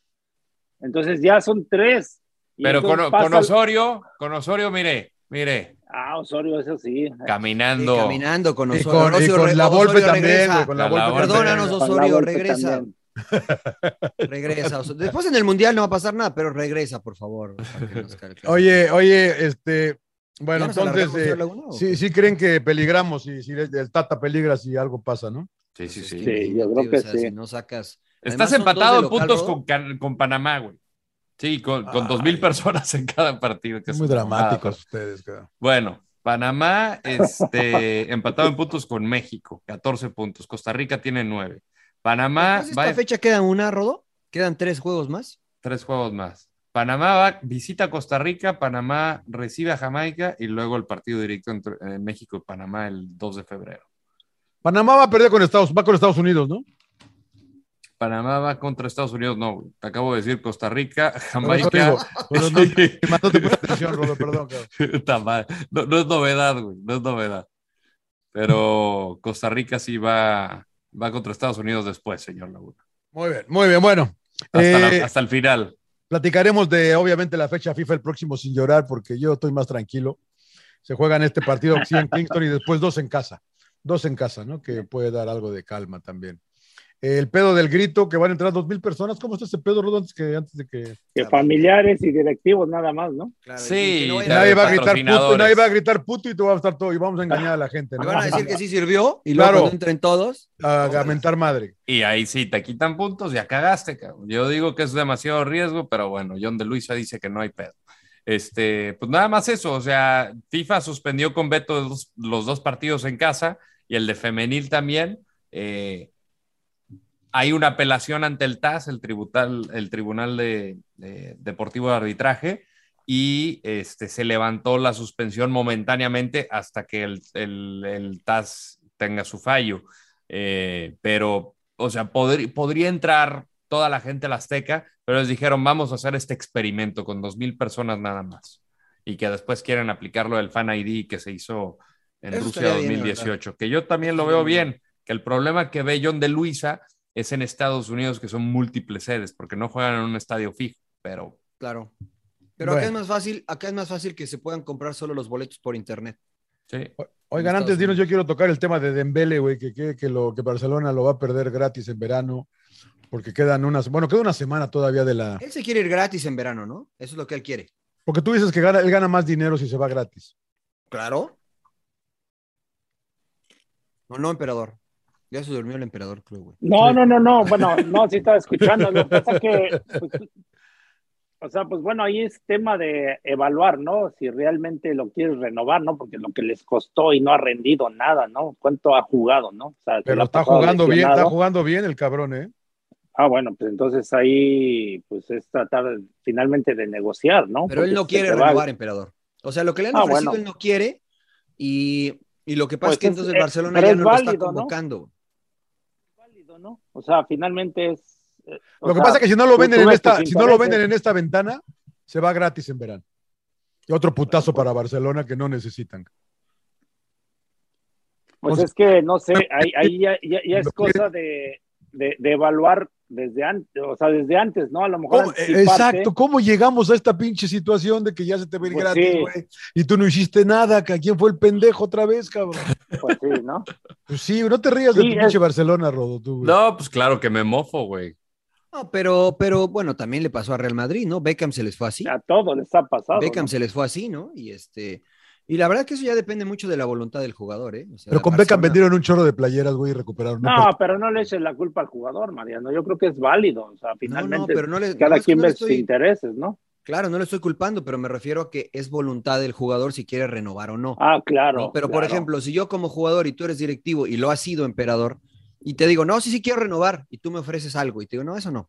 Entonces ya son tres. Y
Pero con,
entonces
con
pasa-
Osorio, con Osorio, mire, mire,
Ah, Osorio, eso sí.
Sí,
caminando.
caminando con
Y
Osorio.
con, y
Osorio
con
re-
la
Osorio
Volpe también,
regresa.
güey. Con la
La
Volpe.
Volpe.
Perdónanos,
Con la
Osorio,
Volpe
regresa.
también.
Regresa. Osorio. Después en el Mundial no va a pasar nada, pero regresa, por favor. para que nos calque.
Oye, oye, este. Bueno,
¿Ya nos
entonces.
alargamos,
eh,
señor Laguna, o
sí, sí creen que peligramos y si el el Tata peligra si algo pasa, ¿no?
Sí, sí, sí.
Sí, yo creo
o
que
sea,
sí.
Si no sacas. Además,
Estás
son dos
empatado
de
en
local,
puntos
Rodo.
con, Can- con Panamá, güey. Sí, con, con dos mil
Ay.
personas en cada partido. que
Es
es
muy
una
dramáticos
mamada.
ustedes, cara.
Bueno, Panamá este, empatado en puntos con México, 14 puntos. Costa Rica tiene 9. Panamá
Entonces,
va
esta fecha queda una, Rodo. Quedan tres juegos más.
tres juegos más. Panamá va, visita a Costa Rica, Panamá recibe a Jamaica y luego el partido directo entre eh, México y Panamá el 2 de febrero.
Panamá va a perder con Estados, va con Estados Unidos, ¿no?
Panamá va contra Estados Unidos, no, güey. te acabo de decir Costa Rica,
Por eso
Jamaica.
digo, pero no- no te puse atención, Rodo, perdón, cabrón.
Puta madre. No, no es novedad, güey, no es novedad. Pero Costa Rica sí va, va contra Estados Unidos después, señor Laguna.
Muy bien, muy bien, bueno.
Hasta, la-
Eh,
hasta el final.
Platicaremos de, obviamente, la fecha FIFA el próximo sin llorar, porque yo estoy más tranquilo. Se juegan este partido sí, en Kingston y después dos en casa. Dos en casa, ¿no? Que puede dar algo de calma también. El pedo del grito, que van a entrar dos mil personas. ¿Cómo está ese pedo, Rodo, antes, que, antes de que...
Que familiares y directivos nada más, ¿no?
Claro,
Sí,
y que no vayan
Ya
Nadie
de
va, a gritar puto,
patrocinadores.
nadie va a gritar puto y te va a estar todo. Y vamos a engañar a la gente,
Me
¿no?
van a decir que sí sirvió y luego
Claro.
cuando entren todos.
A lamentar madre.
Y ahí sí, te quitan puntos, ya cagaste, cabrón. Yo digo que es demasiado riesgo, pero bueno, John de Luisa dice que no hay pedo. Este, pues nada más eso, o sea, FIFA suspendió con veto los, los dos partidos en casa y el de femenil también. Eh, Hay una apelación ante el TAS, el, tributal, el Tribunal de, de- Deportivo de Arbitraje, y este, se levantó la suspensión momentáneamente hasta que el, el- el TAS tenga su fallo. Eh, pero, o sea, podr- podría entrar toda la gente a la Azteca, pero les dijeron, vamos a hacer este experimento con dos mil personas nada más. Y que después quieren aplicarlo del Fan ID que se hizo en
Eso
Rusia
estaría bien,
2018, que yo también lo veo bien, que el problema que ve John de Luisa es en Estados Unidos, que son múltiples sedes, porque no juegan en un estadio fijo, pero...
Claro. Pero acá es
Bueno.
más fácil, acá es más fácil que se puedan comprar solo los boletos por internet.
Sí.
Oigan,
En
antes
Estados
dinos,
Unidos.
yo quiero tocar el tema de Dembele, güey, que, que, que lo, que Barcelona lo va a perder gratis en verano, porque quedan unas, bueno, queda una semana todavía de la...
Él se quiere ir gratis en verano, ¿no? Eso es lo que él quiere.
Porque tú dices que gana, él gana más dinero si se va gratis.
Claro. No, no, emperador. Ya se durmió el emperador, creo, güey.
No, no, no, no. Bueno, no, sí estaba escuchando. Lo que pasa que, pues, o sea, pues bueno, ahí es tema de evaluar, ¿no? Si realmente lo quieres renovar, ¿no? Porque lo que les costó y no ha rendido nada, ¿no? ¿Cuánto ha jugado, no? O sea, se
Pero
la ha
está
pasado
jugando bien, está
lesionado.
jugando bien el cabrón, ¿eh?
Ah, bueno, pues entonces ahí, pues es tratar finalmente de negociar, ¿no?
Pero él
Porque
no
se
quiere
te va-
renovar, emperador. O sea, lo que le han
Ah,
ofrecido
bueno.
él no quiere. Y, y lo que pasa
Pues
es que
es-
entonces
eh,
Barcelona
pero
ya
es
no lo está
válido, ¿no?
convocando.
O sea, finalmente es. eh, o
Lo que
sea,
pasa es que si no lo
tú-
venden
tú
en
ves
esta,
tus
si no lo
intereses.
venden en esta ventana, se va gratis en verano. Y otro putazo para Barcelona que no necesitan.
Pues es que no sé, ahí, ahí ya, ya- ya es cosa de, de- de evaluar desde antes, o sea, desde antes, ¿no? A lo mejor.
Oh,
¿Cómo- Eh,
anticiparte.
exacto, ¿cómo llegamos a esta pinche situación de que ya se te va a ir
Pues
gratis,
sí.
güey? Y tú no hiciste nada, ¿ca- ¿quién fue el pendejo otra vez, cabrón?
Pues sí, ¿no?
Pues sí, no te rías
Sí,
de tu
es-
pinche Barcelona, Rodo, tú, güey.
No, pues claro que me mofo, güey.
No, pero, pero bueno, también le pasó a Real Madrid, ¿no? Beckham se les fue así.
A todos les ha pasado.
Beckham
¿no?
se les fue así, ¿no? Y este, y la verdad que eso ya depende mucho de la voluntad del jugador, ¿eh? O sea,
Pero con Beckham
Barcelona-
vendieron un chorro de playeras, güey, y recuperaron. un
No, pero no le eches la culpa al jugador, Mariano. Yo creo que es válido. O sea, finalmente
pero no le- no,
cada
es que
quien
no
ve
le
sus
estoy-
intereses, ¿no?
Claro, no le estoy culpando, pero me refiero a que es voluntad del jugador si quiere renovar o no.
Ah, claro.
¿no? Pero por
claro.
ejemplo, si yo como jugador y tú eres directivo y lo has sido emperador, y te digo, no, sí, sí quiero renovar, y tú me ofreces algo, y te digo, no, eso no.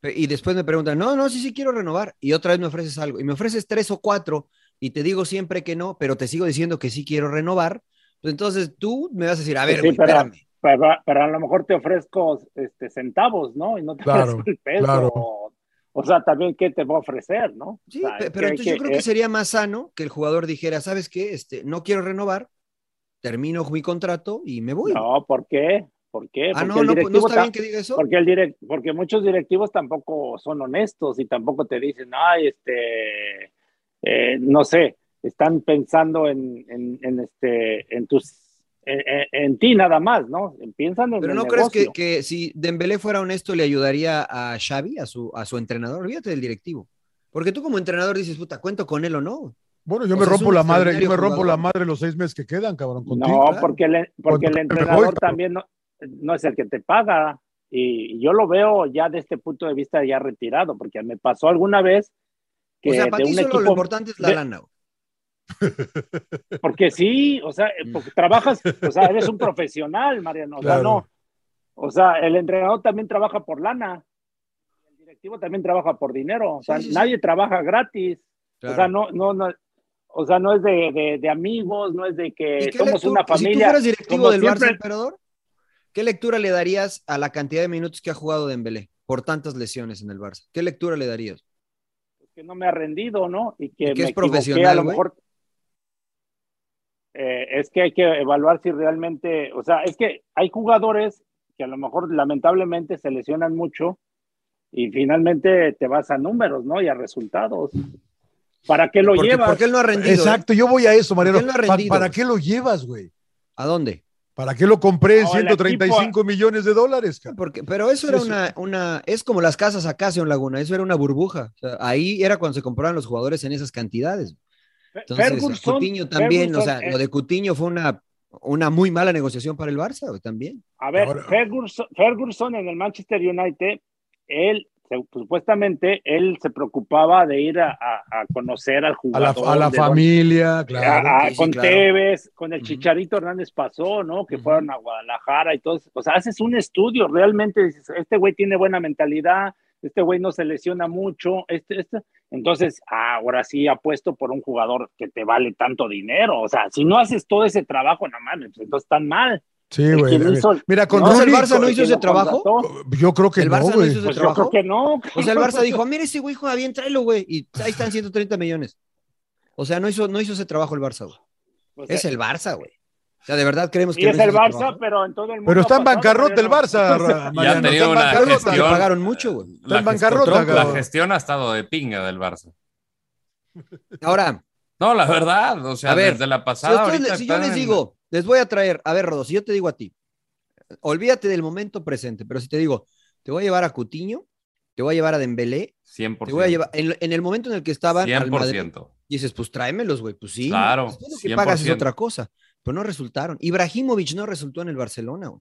Pe- Y después me preguntan, no, no, sí, sí quiero renovar, y otra vez me ofreces algo, y me ofreces tres o cuatro, y te digo siempre que no, pero te sigo diciendo que sí quiero renovar, pues entonces tú me vas a decir, a ver,
Sí,
güey,
pero,
espérame.
pero- ah, pero a lo mejor te ofrezco este, centavos, ¿no? Y no te
Claro,
ofrezco el peso.
claro.
O, o sea, también, ¿qué te va a ofrecer, no?
Sí, pe- pero entonces yo creo
eh,
que sería más sano que el jugador dijera, ¿sabes qué? Este, no quiero renovar, termino mi contrato y me voy.
No, ¿por qué? ¿Por qué?
Ah,
Porque
no,
el
no, pues, no
directivo
está
ta-
bien que diga eso.
Porque, el direc- porque muchos directivos tampoco son honestos y tampoco te dicen, ay, este, eh, no sé, están pensando en, en, en este, en tus, en, en- en ti nada más, ¿no? Piensan en
Pero
el
no crees que,
negocio.
que si Dembélé fuera honesto le ayudaría a Xavi, a su, a su entrenador, olvídate del directivo. Porque tú como entrenador dices, puta, ¿cuento con él o no?
Bueno, yo
O
pues
me
sea, es
rompo
un
la madre, yo me
extraordinario
rompo la
jugador.
madre los seis meses que quedan, cabrón,
No,
contigo.
porque el, porque el
Cuando me voy,
entrenador
cabrón.
también no, no es el que te paga. Y, y yo lo veo ya desde este punto de vista ya retirado, porque me pasó alguna vez que
O sea, para
de
ti
un
solo
equipo
lo importante es la
de-
lana. güey.
Porque sí, o sea, eh, porque trabajas, o sea, eres un profesional, Mariano. O sea,
Claro.
no. O sea, el entrenador también trabaja por lana. El directivo también trabaja por dinero. O sea,
Sí, sí, sí.
nadie trabaja gratis.
Claro.
O sea, no, no, no. O sea, no es de, de- de amigos, no es de que
¿Y qué
eh, somos
lectura-
una familia.
Si tú fueras directivo
Como
del
siempre-
Barça, emperador, ¿qué lectura le darías a la cantidad de minutos que ha jugado Dembélé por tantas lesiones en el Barça? ¿Qué lectura le darías?
que no me ha rendido, ¿no? Y que,
Y que
me
es
equivoqué, a
profesional,
lo
güey.
mejor. Eh, es que hay que evaluar si realmente, o sea, es que hay jugadores que a lo mejor lamentablemente se lesionan mucho y finalmente te vas a números, ¿no? Y a resultados. ¿Para qué lo
Porque-
llevas?
porque él no ha rendido, ¿eh?
Exacto, yo voy a eso, Mariano.
él no ha
Pa-
rendido,
¿Para
güey?
qué lo llevas, güey?
¿A dónde?
¿Para qué lo compré en
No, el
135 millones de dólares, cabrón?
Porque, pero eso era
Eso.
una, una, es como las casas acá, en Laguna, eso era una burbuja. O sea, ahí era cuando se compraban los jugadores en esas cantidades. Entonces, este,
Ferguson-
Coutinho también, o sea,
Ferguson, eh.
lo de Coutinho fue una, una muy mala negociación para el Barça güey, también.
A ver,
Ahora-
Ferguson, Ferguson en el Manchester United, él supuestamente él se preocupaba de ir a, a- a conocer al
A la,
jugador.
a la
de
familia,
dónde-
claro.
a- a- Ah, con Tevez, con el Chicharito Hernández pasó, ¿no? Que fueron a Guadalajara y todo. O sea, haces un estudio, realmente dices, este güey tiene buena mentalidad, este güey no se lesiona mucho, este, este. Entonces, ahora sí apuesto por un jugador que te vale tanto dinero. O sea, si no haces todo ese trabajo, no mames, pues entonces están mal.
Sí, güey.
quien
a ver.
hizo-
Mira, con
¿No?
Rooney-
¿El Barça no hizo ese Pues
¿Quién lo contrató? Yo creo que
¿El
no,
Barça no
güey.
hizo ese Pues yo trabajo? creo
que no.
O sea, el
pues,
Barça dijo,
eh,
mira ese güey juega bien, tráelo, güey. Y ahí están 130 millones. O sea, no hizo, no hizo ese trabajo el Barça, güey.
O sea,
es el Barça, güey. O sea, de verdad creemos que
Y
no
es
hizo
el
ese
Barça,
trabajo.
pero en todo el mundo.
Pero está en
ha pasado,
bancarrota el
pero no.
Barça, Ra-
Y ha
Mariano.
tenido
Está en
una
bancarrota.
gestión.
Le pagaron mucho, güey.
Está
La
en
gestión-
bancarrota,
La
cabrón.
gestión ha estado de pinga del Barça.
Ahora,
No, la verdad, o sea,
A ver,
desde la
si,
pasada.
ustedes le-
ahorita
si yo
están
les
en-
digo, les voy a traer, a ver, Rodo, si yo te digo a ti, olvídate del momento presente, pero si te digo, te voy a llevar a Cutiño, te voy a llevar a Dembélé,
100%.
te voy a llevar, en, en el momento en el que estaban al Madrid,
100%.
dices, pues tráemelos, güey, pues sí.
Claro,
después lo que pagas es
100%.
otra cosa, pero no resultaron. Ibrahimovic no resultó en el Barcelona, güey.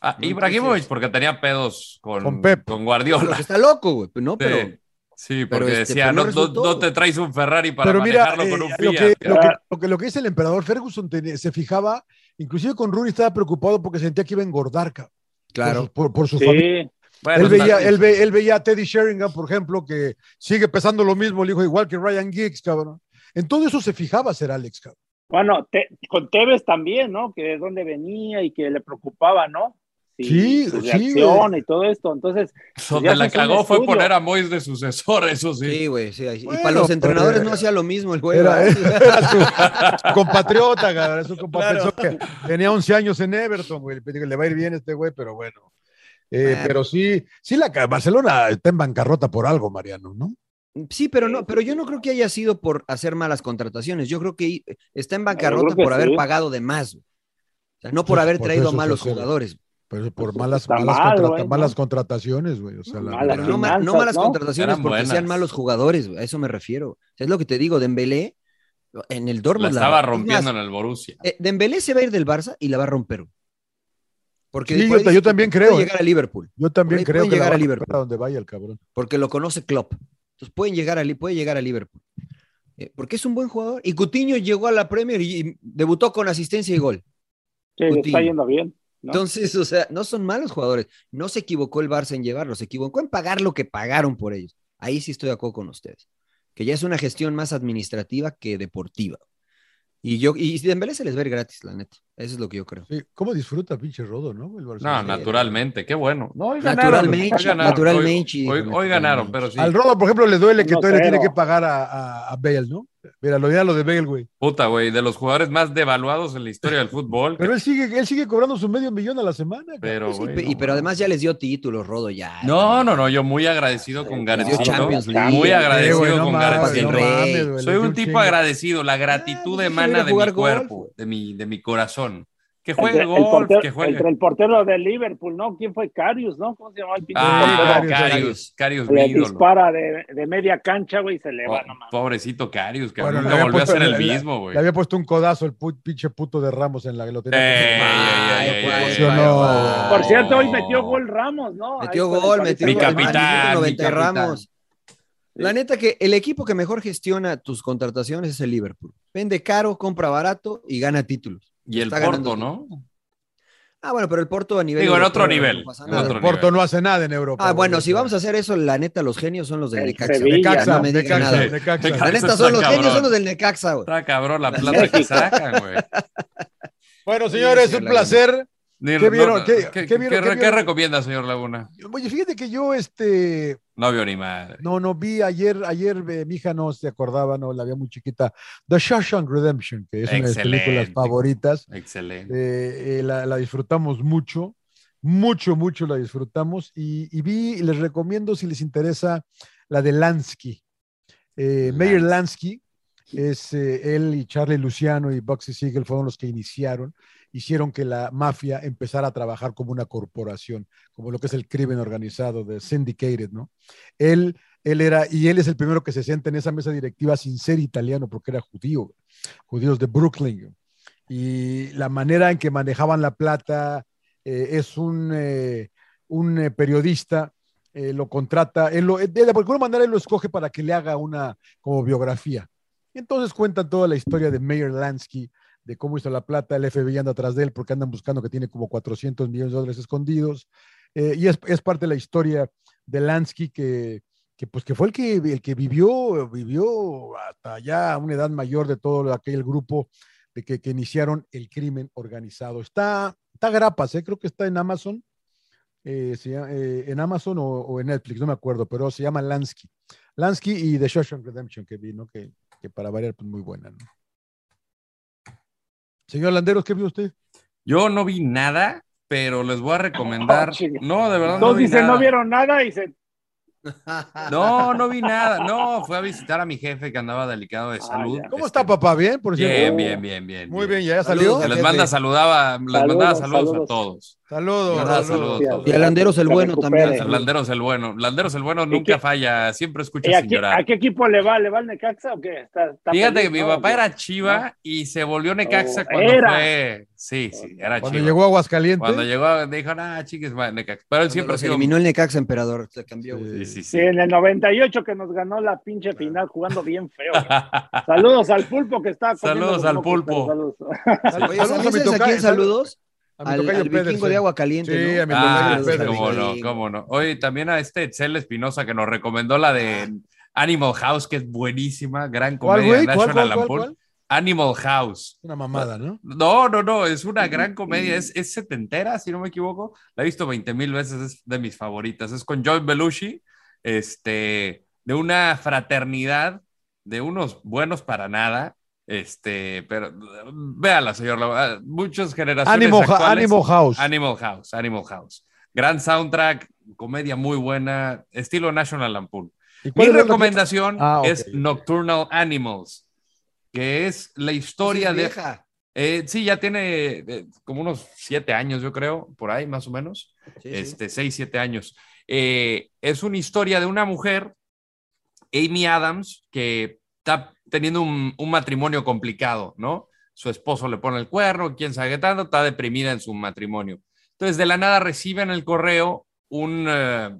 Ah,
No,
Ibrahimovic, porque tenía pedos con,
Con Pep.
con
Porque
Guardiola.
está loco, güey, pero no,
Sí,
pero...
Sí,
pero
porque
este,
decía,
pero no
no, no-
resultó,
no
güey.
te traes un Ferrari para
Pero mira,
manejarlo con
eh,
un
lo,
Fiat.
que, lo, que,
Ah,
lo, que, lo que dice el emperador Ferguson tenía- se fijaba, inclusive con Rooney estaba preocupado porque sentía que iba a engordar, cabrón,
Claro.
Por, su- por- por su familia.
Sí,
bueno,
él, veía,
está-
él, ve- él veía a Teddy Sheringham, por ejemplo, que sigue pesando lo mismo, el hijo igual que Ryan Giggs, cabrón. En todo eso se fijaba ser Alex, cabrón.
Bueno, te- con Tevez también, ¿no? Que de dónde venía y que le preocupaba, ¿no?
Sí,
su
sí,
reacción
güey.
y todo esto. Entonces, pues
Donde
ya
la
haces un
cagó fue
estudio.
poner a Mois de sucesor, eso Pues, sí.
Sí, güey, sí, ahí sí. y
Bueno,
para los
pero-
entrenadores no hacía lo mismo el güey.
Era,
¿verdad?
era su, su compatriota, cabrón. Su compa pensó que tenía 11 años en Everton, güey. Le digo, Le va a ir bien a este güey, pero bueno. Eh,
Bueno.
Pero sí, sí, la ca- Barcelona está en bancarrota por algo, Mariano, ¿no?
Sí, pero no, pero yo no creo que haya sido por hacer malas contrataciones. Yo creo que i- está en
creo
bancarrota
que
por haber
sí.
pagado de más. güey. O sea, no por
Pues,
haber
por
traído
eso
malos
se hace-
jugadores.
Pero eso por malas,
está
malas,
mal,
contrata-
güey, ¿no?
malas contrataciones, güey. O sea, la
Malas.
verdad.
Pero no, ma- no
finanzas,
malas
¿no?
contrataciones
Eran
porque sean
buenas.
malos jugadores, güey. a eso me refiero. O sea, es lo que te digo, Dembélé en el
La
Dortmund la-
estaba
es
rompiendo
más,
en el Borussia.
eh, Dembélé se va a ir del Barça y la va a romper. güey. Porque
Sí,
por
yo
ahí
ta-
dice
yo
que
también
puede
creo, ¿eh?
llegar a Liverpool,
Yo también
Por ahí
creo
pueden
que la
llegar
van
a
a
Liverpool.
comprar a donde vaya el cabrón.
porque lo conoce Klopp. Entonces pueden llegar a, Li- puede llegar a Liverpool. Eh, porque es un buen jugador. Y Coutinho llegó a la Premier y, y debutó con asistencia y gol.
Sí, le está
Coutinho.
yendo bien. ¿no?
Entonces, o sea, no son malos jugadores. No se equivocó el Barça en llevarlos, se equivocó en pagar lo que pagaron por ellos. Ahí sí estoy de acuerdo con ustedes. Que ya es una gestión más administrativa que deportiva. Y yo, y Dembélé se les va a ir gratis, la neta. Eso es lo que yo creo.
Sí, ¿Cómo disfruta pinche Rodo, no? El
No,
Barcelona.
naturalmente, qué bueno. No, hoy ganaron.
Este, Naturalmente,
hoy ganaron,
naturalmente,
Hoy,
hijo,
hoy- hoy
naturalmente.
ganaron, pero sí.
Al Rodo, por ejemplo, le duele que
Uno
todavía le
cero.
tiene que pagar a, a, a Bale, ¿no? Mira, lo, mira lo de Bale, güey.
Puta, güey, de los jugadores más devaluados en la historia del fútbol.
Pero él sigue, él sigue cobrando su medio millón a la semana. cabrón.
Pero,
Sí,
güey,
pe- y,
no mames.
pero además ya les dio títulos, Rodo, ya.
No, no, no, yo muy agradecido con
Les dio
García.
Champions League.
Muy agradecido
güey, no
con
mames,
García.
García.
no
Rey.
mames, güey,
Soy
le dio
un tipo
chingo.
agradecido, la
Ah,
gratitud
pues déjalo ir
emana
a
de mi
jugar golf,
cuerpo,
güey.
de mi, de mi corazón. Que
El,
juegue
el
golf,
portero,
que
el,
juegue.
el portero de Liverpool, ¿no? ¿Quién fue Carius, no? ¿Cómo se llamaba el pinche
Ah,
Carius,
Carius, Carius,
portero? Le
mi ídolo.
dispara de, de media cancha, güey, y se le va
Oh,
nomás.
pobrecito Carius, que
Bueno, le
nunca
había
volvió a
puesto-
ser el
le- le-
mismo, güey.
Le había puesto un codazo el pu- pinche puto de Ramos en la que lo tenía.
Ey, ey, ey, ey, ey,
Funcionó.
ey, ey, ey.
Por cierto, hoy
Oh.
metió gol Ramos, ¿no? Ahí
Metió
con el
gol,
Paris
metió
Mi
gol.
Saint-Germain.
capitán,
Al minuto
mi
90 y
capitán.
Ramos. La neta que el equipo que mejor gestiona tus contrataciones es el Liverpool. Vende caro, compra barato y gana títulos.
Y el
Está ganando
Porto, ¿no?
Ah, bueno, pero el Porto a nivel.
Digo, en
europeo
otro
no
nivel,
pasa
en
nada.
otro
El Porto
nivel.
no hace nada en Europa.
Ah, bueno,
güey.
si vamos a hacer eso, la neta, los genios son los del
El
Necaxa.
Sevilla,
Necaxa,
Necaxa,
no me digan
Necaxa,
nada.
Necaxa.
Necaxa.
La neta,
Eso
son los
está
genios, son
cabrón.
los del Necaxa, güey.
Está cabrón la plata que sacan, güey.
Bueno, señores,
Sí,
un
la
placer.
Ni-
¿Qué vieron? ¿Qué-
¿qué,
qué vieron?
qué-
¿Qué
qué
vieron?
recomienda, señor Laguna?
Oye, fíjate que yo, este,
No vio ni madre.
No, no vi ayer, ayer eh, mi hija no se acordaba, no la veía muy chiquita. The Shawshank Redemption, que es una de mis películas
Excelente.
favoritas.
Excelente.
Eh, eh, la, la disfrutamos mucho, mucho, mucho la disfrutamos. Y, y vi, y les recomiendo si les interesa, la de Lansky. Eh, Meyer Lansky, es eh, él y Charlie Luciano y Bugsy Siegel fueron los que iniciaron, hicieron que la mafia empezara a trabajar como una corporación, como lo que es el crimen organizado, de syndicated, ¿no? Él, él era, y él es el primero que se sienta en esa mesa directiva sin ser italiano, porque era judío, judíos de Brooklyn. Y la manera en que manejaban la plata eh, es un, eh, un eh, periodista eh, lo contrata, él lo, eh, de, de alguna manera él lo escoge para que le haga una como biografía. Entonces cuentan toda la historia de Mayer Lansky, de cómo hizo la plata, el FBI anda atrás de él porque andan buscando que tiene como 400 millones de dólares escondidos. Eh, y es, es, parte de la historia de Lansky que, que, pues, que fue el que, el que vivió, vivió hasta ya una edad mayor de todo aquel grupo de que, que iniciaron el crimen organizado. Está, está grapas, eh, creo que está en Amazon. Eh, se llama, en Amazon o, o, en Netflix, no me acuerdo, pero se llama Lansky. Lansky y The Shawshank Redemption que vi, ¿no? Que, que para variar, pues muy buena, ¿no? Señor Landeros, ¿qué vio usted?
Yo no vi nada, pero les voy a recomendar. Oh, no, de verdad. No, vi
dicen,
nada.
no vieron nada y se...
No, no vi nada. No, fui a visitar a mi jefe que andaba delicado de salud.
¿Cómo está, papá? ¿Bien?
Por cierto? Este, Bien, bien, bien, bien.
Muy bien, ya salió.
Les manda saludaba, les mandaba saludos, saludos, a todos.
Saludos,
saludos, saludos a todos.
Y a Landeros el bueno también.
El Landeros el bueno. Landeros el bueno nunca qué, falla, siempre escucha
a
sin llorar.
¿A qué equipo le va? ¿Le va al Necaxa o qué? ¿Está, está
Fíjate feliz, que mi papá no, era Chiva no. y se volvió Necaxa oh, cuando era. fue. Sí, sí, era
Cuando Chiva. llegó a Aguascalientes.
Cuando llegó, dijo, ah, chiques, va, Necaxa. Pero él siempre.
Se eliminó el Necaxa, emperador. Se cambió.
Sí, sí, sí. en el 98 que nos ganó la pinche final jugando bien feo. Güey. saludos al pulpo que está.
Saludos al pulpo.
Saludos. Oye, saludos a, mi tocayo, a quién saludos? A mi eh. al, al Pedro, vikingo de agua caliente.
Sí, ¿no? a mi ah, Pedro. Cómo no, cómo no. Oye, también a este Etzel Espinosa que nos recomendó la de Animal House, que es buenísima, gran comedia.
¿Cuál, güey? ¿Cuál, cuál,
Animal House.
Una mamada, ¿no?
No, no, no, es una gran comedia, es, es setentera, si no me equivoco. La he visto 20 mil veces, es de mis favoritas. Es con John Belushi, este, de una fraternidad, de unos buenos para nada. Este, pero véala, señor, muchas generaciones.
Animal,
actuales,
Animal House.
Animal House, Animal House. Gran soundtrack, comedia muy buena, estilo National Lampoon. Mi recomendación ah, okay. es Nocturnal Animals que es la historia
sí, de...
Eh, sí, ya tiene eh, como unos siete años, yo creo, por ahí más o menos, sí, este, sí. seis, siete años. Eh, es una historia de una mujer, Amy Adams, que está teniendo un, un, matrimonio complicado, ¿no? Su esposo le pone el cuerno, quién sabe qué tanto, está deprimida en su matrimonio. Entonces, de la nada recibe en el correo un, eh,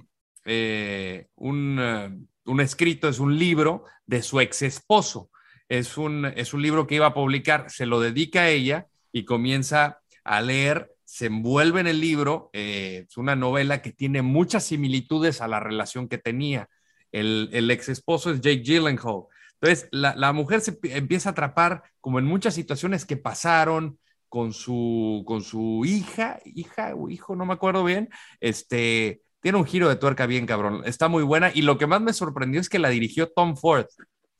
un, eh, un escrito, es un libro de su ex esposo. Es un, es un, libro que iba a publicar, se lo dedica a ella y comienza a leer, se envuelve en el libro, eh, es una novela que tiene muchas similitudes a la relación que tenía. El, el ex esposo es Jake Gyllenhaal. Entonces, la, la, mujer se empieza a atrapar como en muchas situaciones que pasaron con su, con su hija, hija o hijo, no me acuerdo bien, este... Tiene un giro de tuerca bien cabrón, está muy buena y lo que más me sorprendió es que la dirigió Tom Ford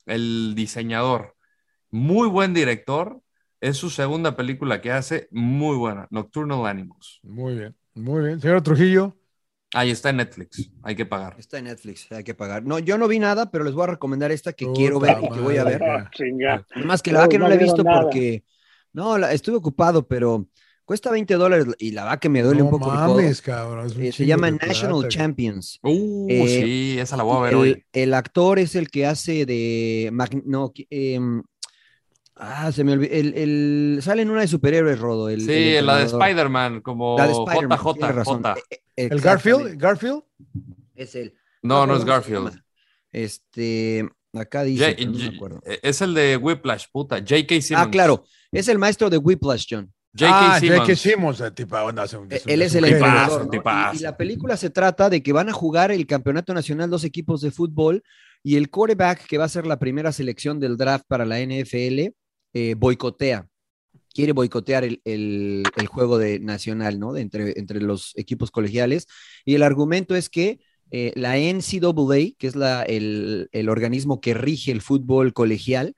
el diseñador. Muy buen director. Es su segunda película que hace, muy buena, Nocturnal Animals.
Muy bien, muy bien. Señor Trujillo.
Ahí está en Netflix, hay que pagar.
Está en Netflix, hay que pagar. No, yo no vi nada, pero les voy a recomendar esta que Puta quiero ver y que voy a ver. Además que la verdad que no, la he visto nada. porque, no, la, estuve ocupado, pero cuesta 20 dólares y la va que me duele
no
un poco.
Mames, cabrón,
eh, se llama National plata. Champions.
Uh, eh, sí, esa la voy a ver hoy.
El, el actor es el que hace de. No, eh, ah, se me olvidó. El, el, sale en una de superhéroes, Rodo. El,
sí, la de Spider-Man, oh, como la de Spider JJ.
Razón. ¿El Garfield? ¿Garfield?
E, Es él.
No, no, no es Garfield.
este. Acá dice. J no me acuerdo.
Es el de Whiplash, puta. J.K. Simmons.
Ah, claro. Es el maestro de Whiplash, John.
J.K. Ah, Simmons.
Simmons el tipo, ah, onda,
es un, Eh, Él es el entrenador. ¿no? Y, y, la película se trata de que van a jugar el campeonato nacional dos equipos de fútbol y el quarterback, que va a ser la primera selección del draft para la NFL, eh, boicotea. Quiere boicotear el, el, el, juego de nacional, ¿no? De entre, entre los equipos colegiales. Y el argumento es que eh, la NCAA, que es la, el, el, organismo que rige el fútbol colegial,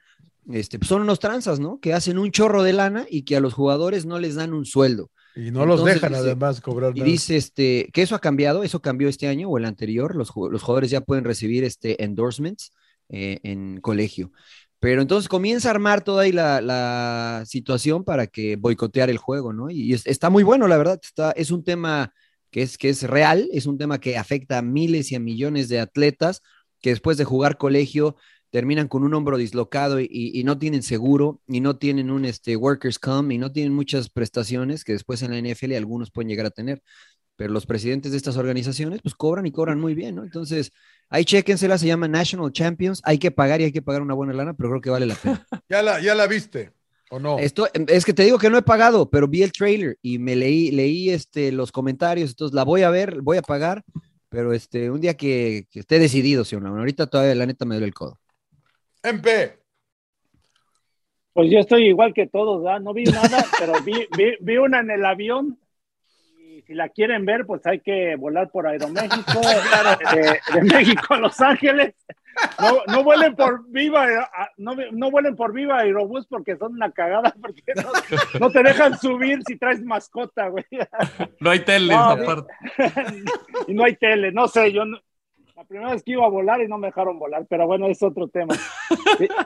este, pues son unos tranzas, ¿no? Que hacen un chorro de lana y que a los jugadores no les dan un sueldo.
Y no Entonces, los dejan dice, además cobrar.
Y nada. dice este, que eso ha cambiado, eso cambió este año o el anterior, los, los jugadores ya pueden recibir este endorsements eh, en colegio. Pero entonces comienza a armar toda ahí la, la situación para que boicotear el juego, ¿no? Y, y es, está muy bueno, la verdad, está, es un tema que es, que es real, es un tema que afecta a miles y a millones de atletas que después de jugar colegio terminan con un hombro dislocado y, y, y, no tienen seguro y no tienen un este, workers' come y no tienen muchas prestaciones que después en la NFL algunos pueden llegar a tener. pero los presidentes de estas organizaciones pues cobran y cobran muy bien, ¿no? Entonces, ahí chequensela, se llama National Champions, hay que pagar y hay que pagar una buena lana, pero creo que vale la pena.
¿Ya la, ya la viste o no?
Esto, es que te digo que no he pagado, pero vi el trailer y me leí, leí este, los comentarios, entonces la voy a ver, voy a pagar, pero este, un día que, que esté decidido, si no, ahorita todavía la neta me duele el codo.
MP.
Pues yo estoy igual que todos, ¿verdad? no vi nada, pero vi, vi, vi una en el avión si la quieren ver, pues hay que volar por Aeroméxico, de, de México a Los Ángeles. No, no vuelen por viva, eh, no, no vuelen por viva Aerobús porque son una cagada, porque no, no te dejan subir si traes mascota, güey.
No hay tele, no, aparte.
Y no hay tele, no sé, yo no, la primera vez que iba a volar y no me dejaron volar, pero bueno, es otro tema.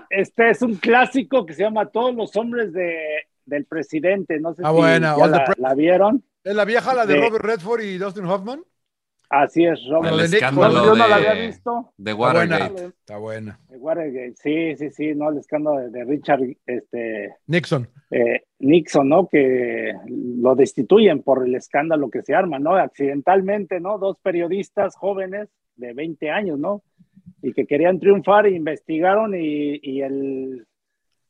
Este es un clásico que se llama Todos los hombres de, del presidente, no sé
ah,
si
buena,
ya la, la vieron.
¿Es la vieja la de, de, Robert Redford y Dustin Hoffman?
Así es,
Robert. El escándalo
yo no la había visto.
De
Está
Watergate.
buena. Está buena.
De Watergate, sí, sí, sí, no, el escándalo de, de Richard este,
Nixon.
Eh, Nixon, ¿no? Que lo destituyen por el escándalo que se arma, ¿no? Accidentalmente, ¿no? Dos periodistas jóvenes de 20 años, ¿no? Y que querían triunfar, investigaron y, y el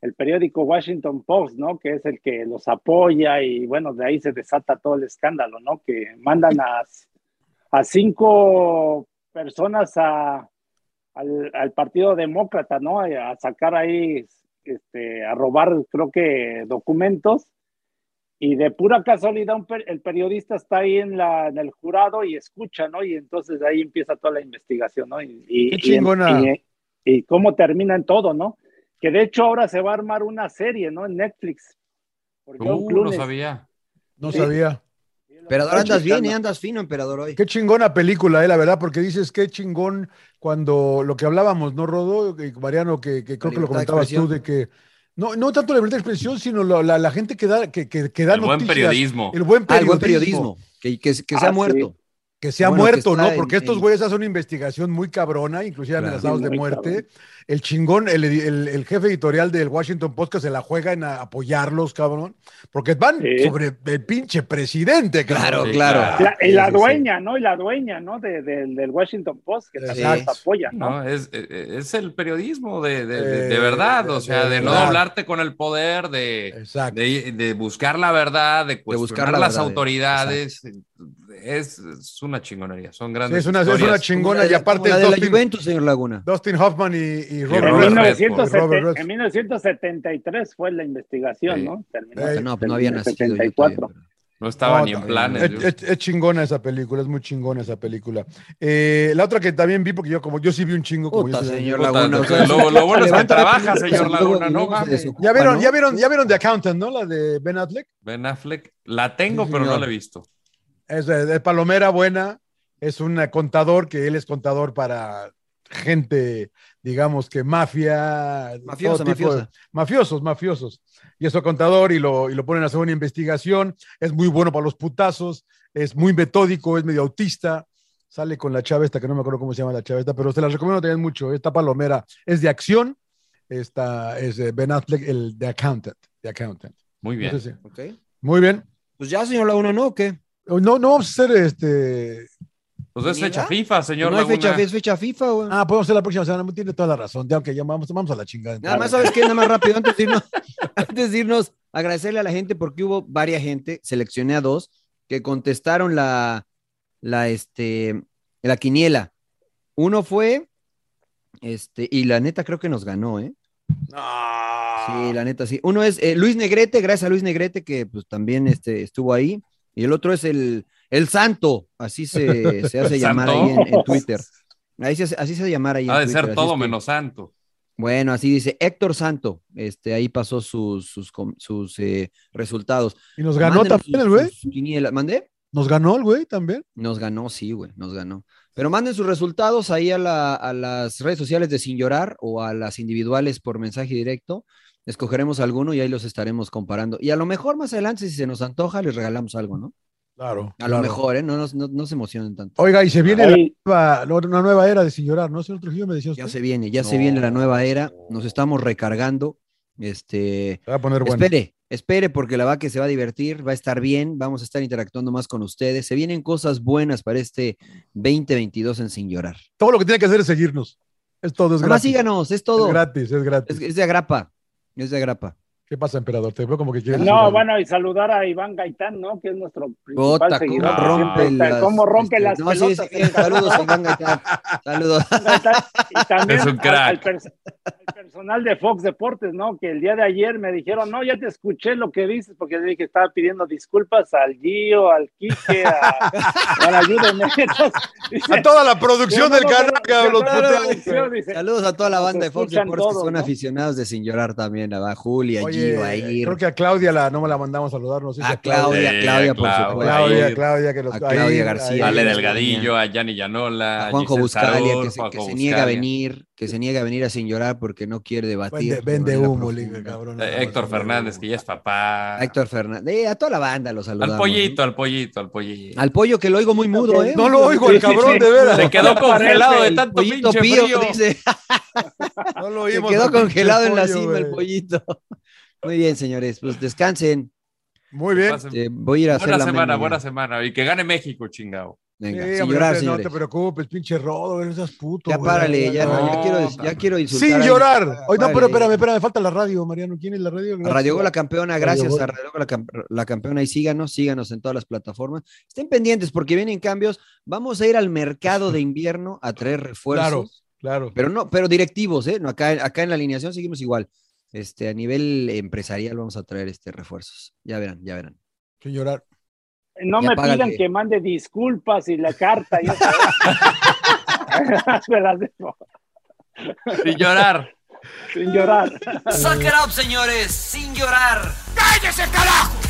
el periódico Washington Post, ¿no? Que es el que los apoya y bueno, de ahí se desata todo el escándalo, ¿no? Que mandan a, a cinco personas a, al, al, Partido Demócrata, ¿no? A sacar ahí, este, a robar, creo que, documentos. Y de pura casualidad, un per, el periodista está ahí en, la, en el jurado y escucha, ¿no? Y entonces de ahí empieza toda la investigación, ¿no? Y, y
Qué chingona.
Y, y, y cómo termina en todo, ¿no? que de hecho ahora se va a armar una serie, ¿no? En Netflix.
Por John uh, no sabía.
No sí. sabía.
Emperador, andas bien y andas fino, emperador, hoy.
Qué chingona película, eh, la verdad, porque dices qué chingón cuando lo que hablábamos, ¿no, Rodo? Mariano, que, que creo que lo comentabas tú, de que no, no tanto la libertad de expresión, sino la, la, la gente que da, que, que, que da
el
noticias,
Buen periodismo.
El buen periodismo. Ah, el buen
periodismo. Que, que, que ah, se ha muerto. Sí
que se ha bueno, muerto, ¿no? En, Porque estos güeyes en... hacen una investigación muy cabrona, inclusive claro, amenazados de muerte. Cabrón. El chingón, el, el, el, jefe editorial del Washington Post que se la juega en apoyarlos, cabrón. Porque van sí. sobre el pinche presidente,
cabrón. Claro, claro.
La, y la dueña, ¿no? Y la dueña, ¿no? De, de, del Washington Post que sí. las apoya, ¿no? no
es, es, el periodismo de, de eh, verdad, o sea, de no claro. hablarte con el poder, de, buscar la verdad, de cuestionar buscar las autoridades. Exacto. Es, es, una chingonería, son grandes.
Sí, es, una, es, una, chingona
de,
y aparte
la de Dustin, la Juventus, señor Laguna.
Dustin Hoffman y, y
Robert, en, 1970, Robert en 1973 fue la investigación,
sí.
¿no?
Terminó eh, no, pues no había nacido.
74.
No estaba no, ni en eh, planes.
Es, es, chingona esa película, es muy chingona esa película. Eh, la otra que también vi, porque yo como yo sí vi un chingo como
Puta,
yo
señor Laguna.
Puta, lo, lo, bueno es que trabaja, señor Laguna, no
mames. Ya
¿Ah,
vieron, ya vieron, ya vieron The Accountant, ¿no? La de Ben Affleck.
Ben Affleck, la tengo, sí, pero no la he visto
es de, de, Palomera Buena, es un contador que él es contador para gente, digamos que mafia,
Mafiosa, todo tipo de,
mafiosos, mafiosos. Y es contador y lo, y lo ponen a hacer una investigación, es muy bueno para los putazos, es muy metódico, es medio autista, sale con la chava esta, que no me acuerdo cómo se llama la chava esta, pero se la recomiendo también mucho, esta Palomera es de acción, esta es Ben Affleck, el de Accountant, the Accountant.
Muy bien.
No sé si.
okay.
Muy bien.
Pues ya, señor Laguna, ¿no? ¿O qué?
No, no vamos a hacer este.
Pues es fecha FIFA, señor.
No hay fecha, es fecha FIFA, güey.
Ah, podemos hacer la próxima semana. Tiene toda la razón. Ya, aunque okay, ya vamos, vamos, a la chingada.
Nada más, ¿sabes qué? Nada más rápido. Antes de, irnos, antes de irnos, agradecerle a la gente porque hubo varias gente, seleccioné a dos, que contestaron la, la, este, la quiniela. Uno fue, este, y la neta creo que nos ganó, ¿eh?
Ah.
Sí, la neta sí. Uno es eh, Luis Negrete, gracias a Luis Negrete que pues también este, estuvo ahí y el otro es el, el santo, así se, se hace llamar ahí en, en Twitter. Ahí se, así se hace llamar ahí.
Ha
en
de
Twitter,
ser todo
que,
menos santo.
Bueno, así dice Héctor Santo, este, ahí pasó sus, sus, sus eh, resultados.
Y nos ganó mándenos también el
güey. ¿Mandé?
Nos ganó el güey también.
Nos ganó, sí, güey, nos ganó. Pero manden sus resultados ahí a, la, a las redes sociales de Sin Llorar o a las individuales por mensaje directo escogeremos alguno y ahí los estaremos comparando. Y a lo mejor más adelante, si se nos antoja, les regalamos algo, ¿no?
Claro.
A lo
claro.
mejor, ¿eh? No, no, no, no, se emocionen tanto.
Oiga, y se viene la nueva, una nueva era de Sin Llorar, ¿no? Señor Trujillo, me decía usted.
Ya se viene, ya se viene la nueva era. Nos estamos recargando. Este.
Se va a poner bueno.
Espere, Espere porque la vaca se va a divertir, va a estar bien, vamos a estar interactuando más con ustedes. Se vienen cosas buenas para este 2022 en Sin Llorar.
Todo lo que tiene que hacer es seguirnos. Es todo, es
Nomás
Pues gratis.
síganos, es todo.
Es gratis, es gratis.
Es, es de agrapa, es de agrapa.
¿Qué pasa, emperador? Te veo como que quieres. decir
No,
algo.
bueno, y saludar a Iván Gaitán, ¿no? Que es nuestro principal
Bota, cómo
seguidor.
rompe
Siempre está-
las-
¿Cómo rompe
este,
las
no, sí,
pelotas?
sí, bien, saludos, Iván Gaitán. Saludos.
Y también
Es un
al-
crack.
Al, pers- al personal de Fox Deportes, ¿no? Que el día de ayer me dijeron, no, ya te escuché lo que dices, porque le dije, estaba pidiendo disculpas al Gio, al Quique, a, bueno, ayúdenme. eh,
A toda la producción del canal, cabrón.
Saludos a toda la
Nos
banda de Fox
escuchan
Deportes que
todos,
son
¿no?
aficionados de Sin Llorar también. A Julia, a
Oye,
Gio, a Ir,
creo que a Claudia la, no me la mandamos a saludar, no sé si
a Ah, Claudia,
Sí,
Claudia, por
Claudia.
supuesto.
Claudia,
ahí.
Claudia, que los,
A Claudia
ahí,
García.
ahí.
Ale
sí,
Delgadillo, a Yanni Llanola,
A Juanjo
Giselle
Buscalia,
Sarur,
que se, que
Juanjo
se niega a
Buscalia.
venir, que se niega a venir a Sin Llorar porque no quiere
Vende,
debatir.
vende
sobre la
humo,
profunda.
liga, cabrón.
Eh, Héctor Fernández, que ya es papá.
A Héctor Fernández, eh, a toda la banda los saludamos.
Al pollito, al pollito, al pollito.
¿no? Al pollo que lo oigo muy mudo, ¿eh?
No lo oigo, el cabrón, de veras.
Se quedó congelado de
El
tanto
pollito
pinche
pío,
frío.
dice.
No lo
Se
oímos,
quedó
el pinche
congelado en la
pollo,
cima el
güey.
pollito. Muy bien, señores, pues descansen.
Muy bien.
Pasen-
Eh, voy a ir a hacer
Buena
la
semana,
mendiga.
buena semana. Y que gane México, chingado.
Venga,
Sí,
sin
hombre,
llorar,
no te-
señores.
No te preocupes, pinche rodo, no seas puto.
ya
güey.
párale, ya, no, ya
No,
quiero, ya
tampoco.
quiero insultar.
Sin
a-
llorar. Hoy no, pero
Párale.
espérame, espérame, falta la radio, Mariano. ¿Quién es la radio?
A Radio Gol la campeona, gracias
Gol.
a Radio Gol la, Cam- la campeona y síganos, síganos en todas las plataformas. Estén pendientes porque vienen cambios. Vamos a ir al mercado de invierno a traer refuerzos,
Claro, claro.
pero no, pero directivos, ¿eh? No, acá, acá en la alineación seguimos igual. Este, a nivel empresarial vamos a traer este refuerzos. Ya verán, ya verán.
Sin llorar.
No
Y
me
apágale.
pidan que mande disculpas y la carta. y eso. ¿eh?". Se las dejo,
Sin llorar.
sin llorar.
Suck it up, señores, sin llorar. ¡Cállese, carajo!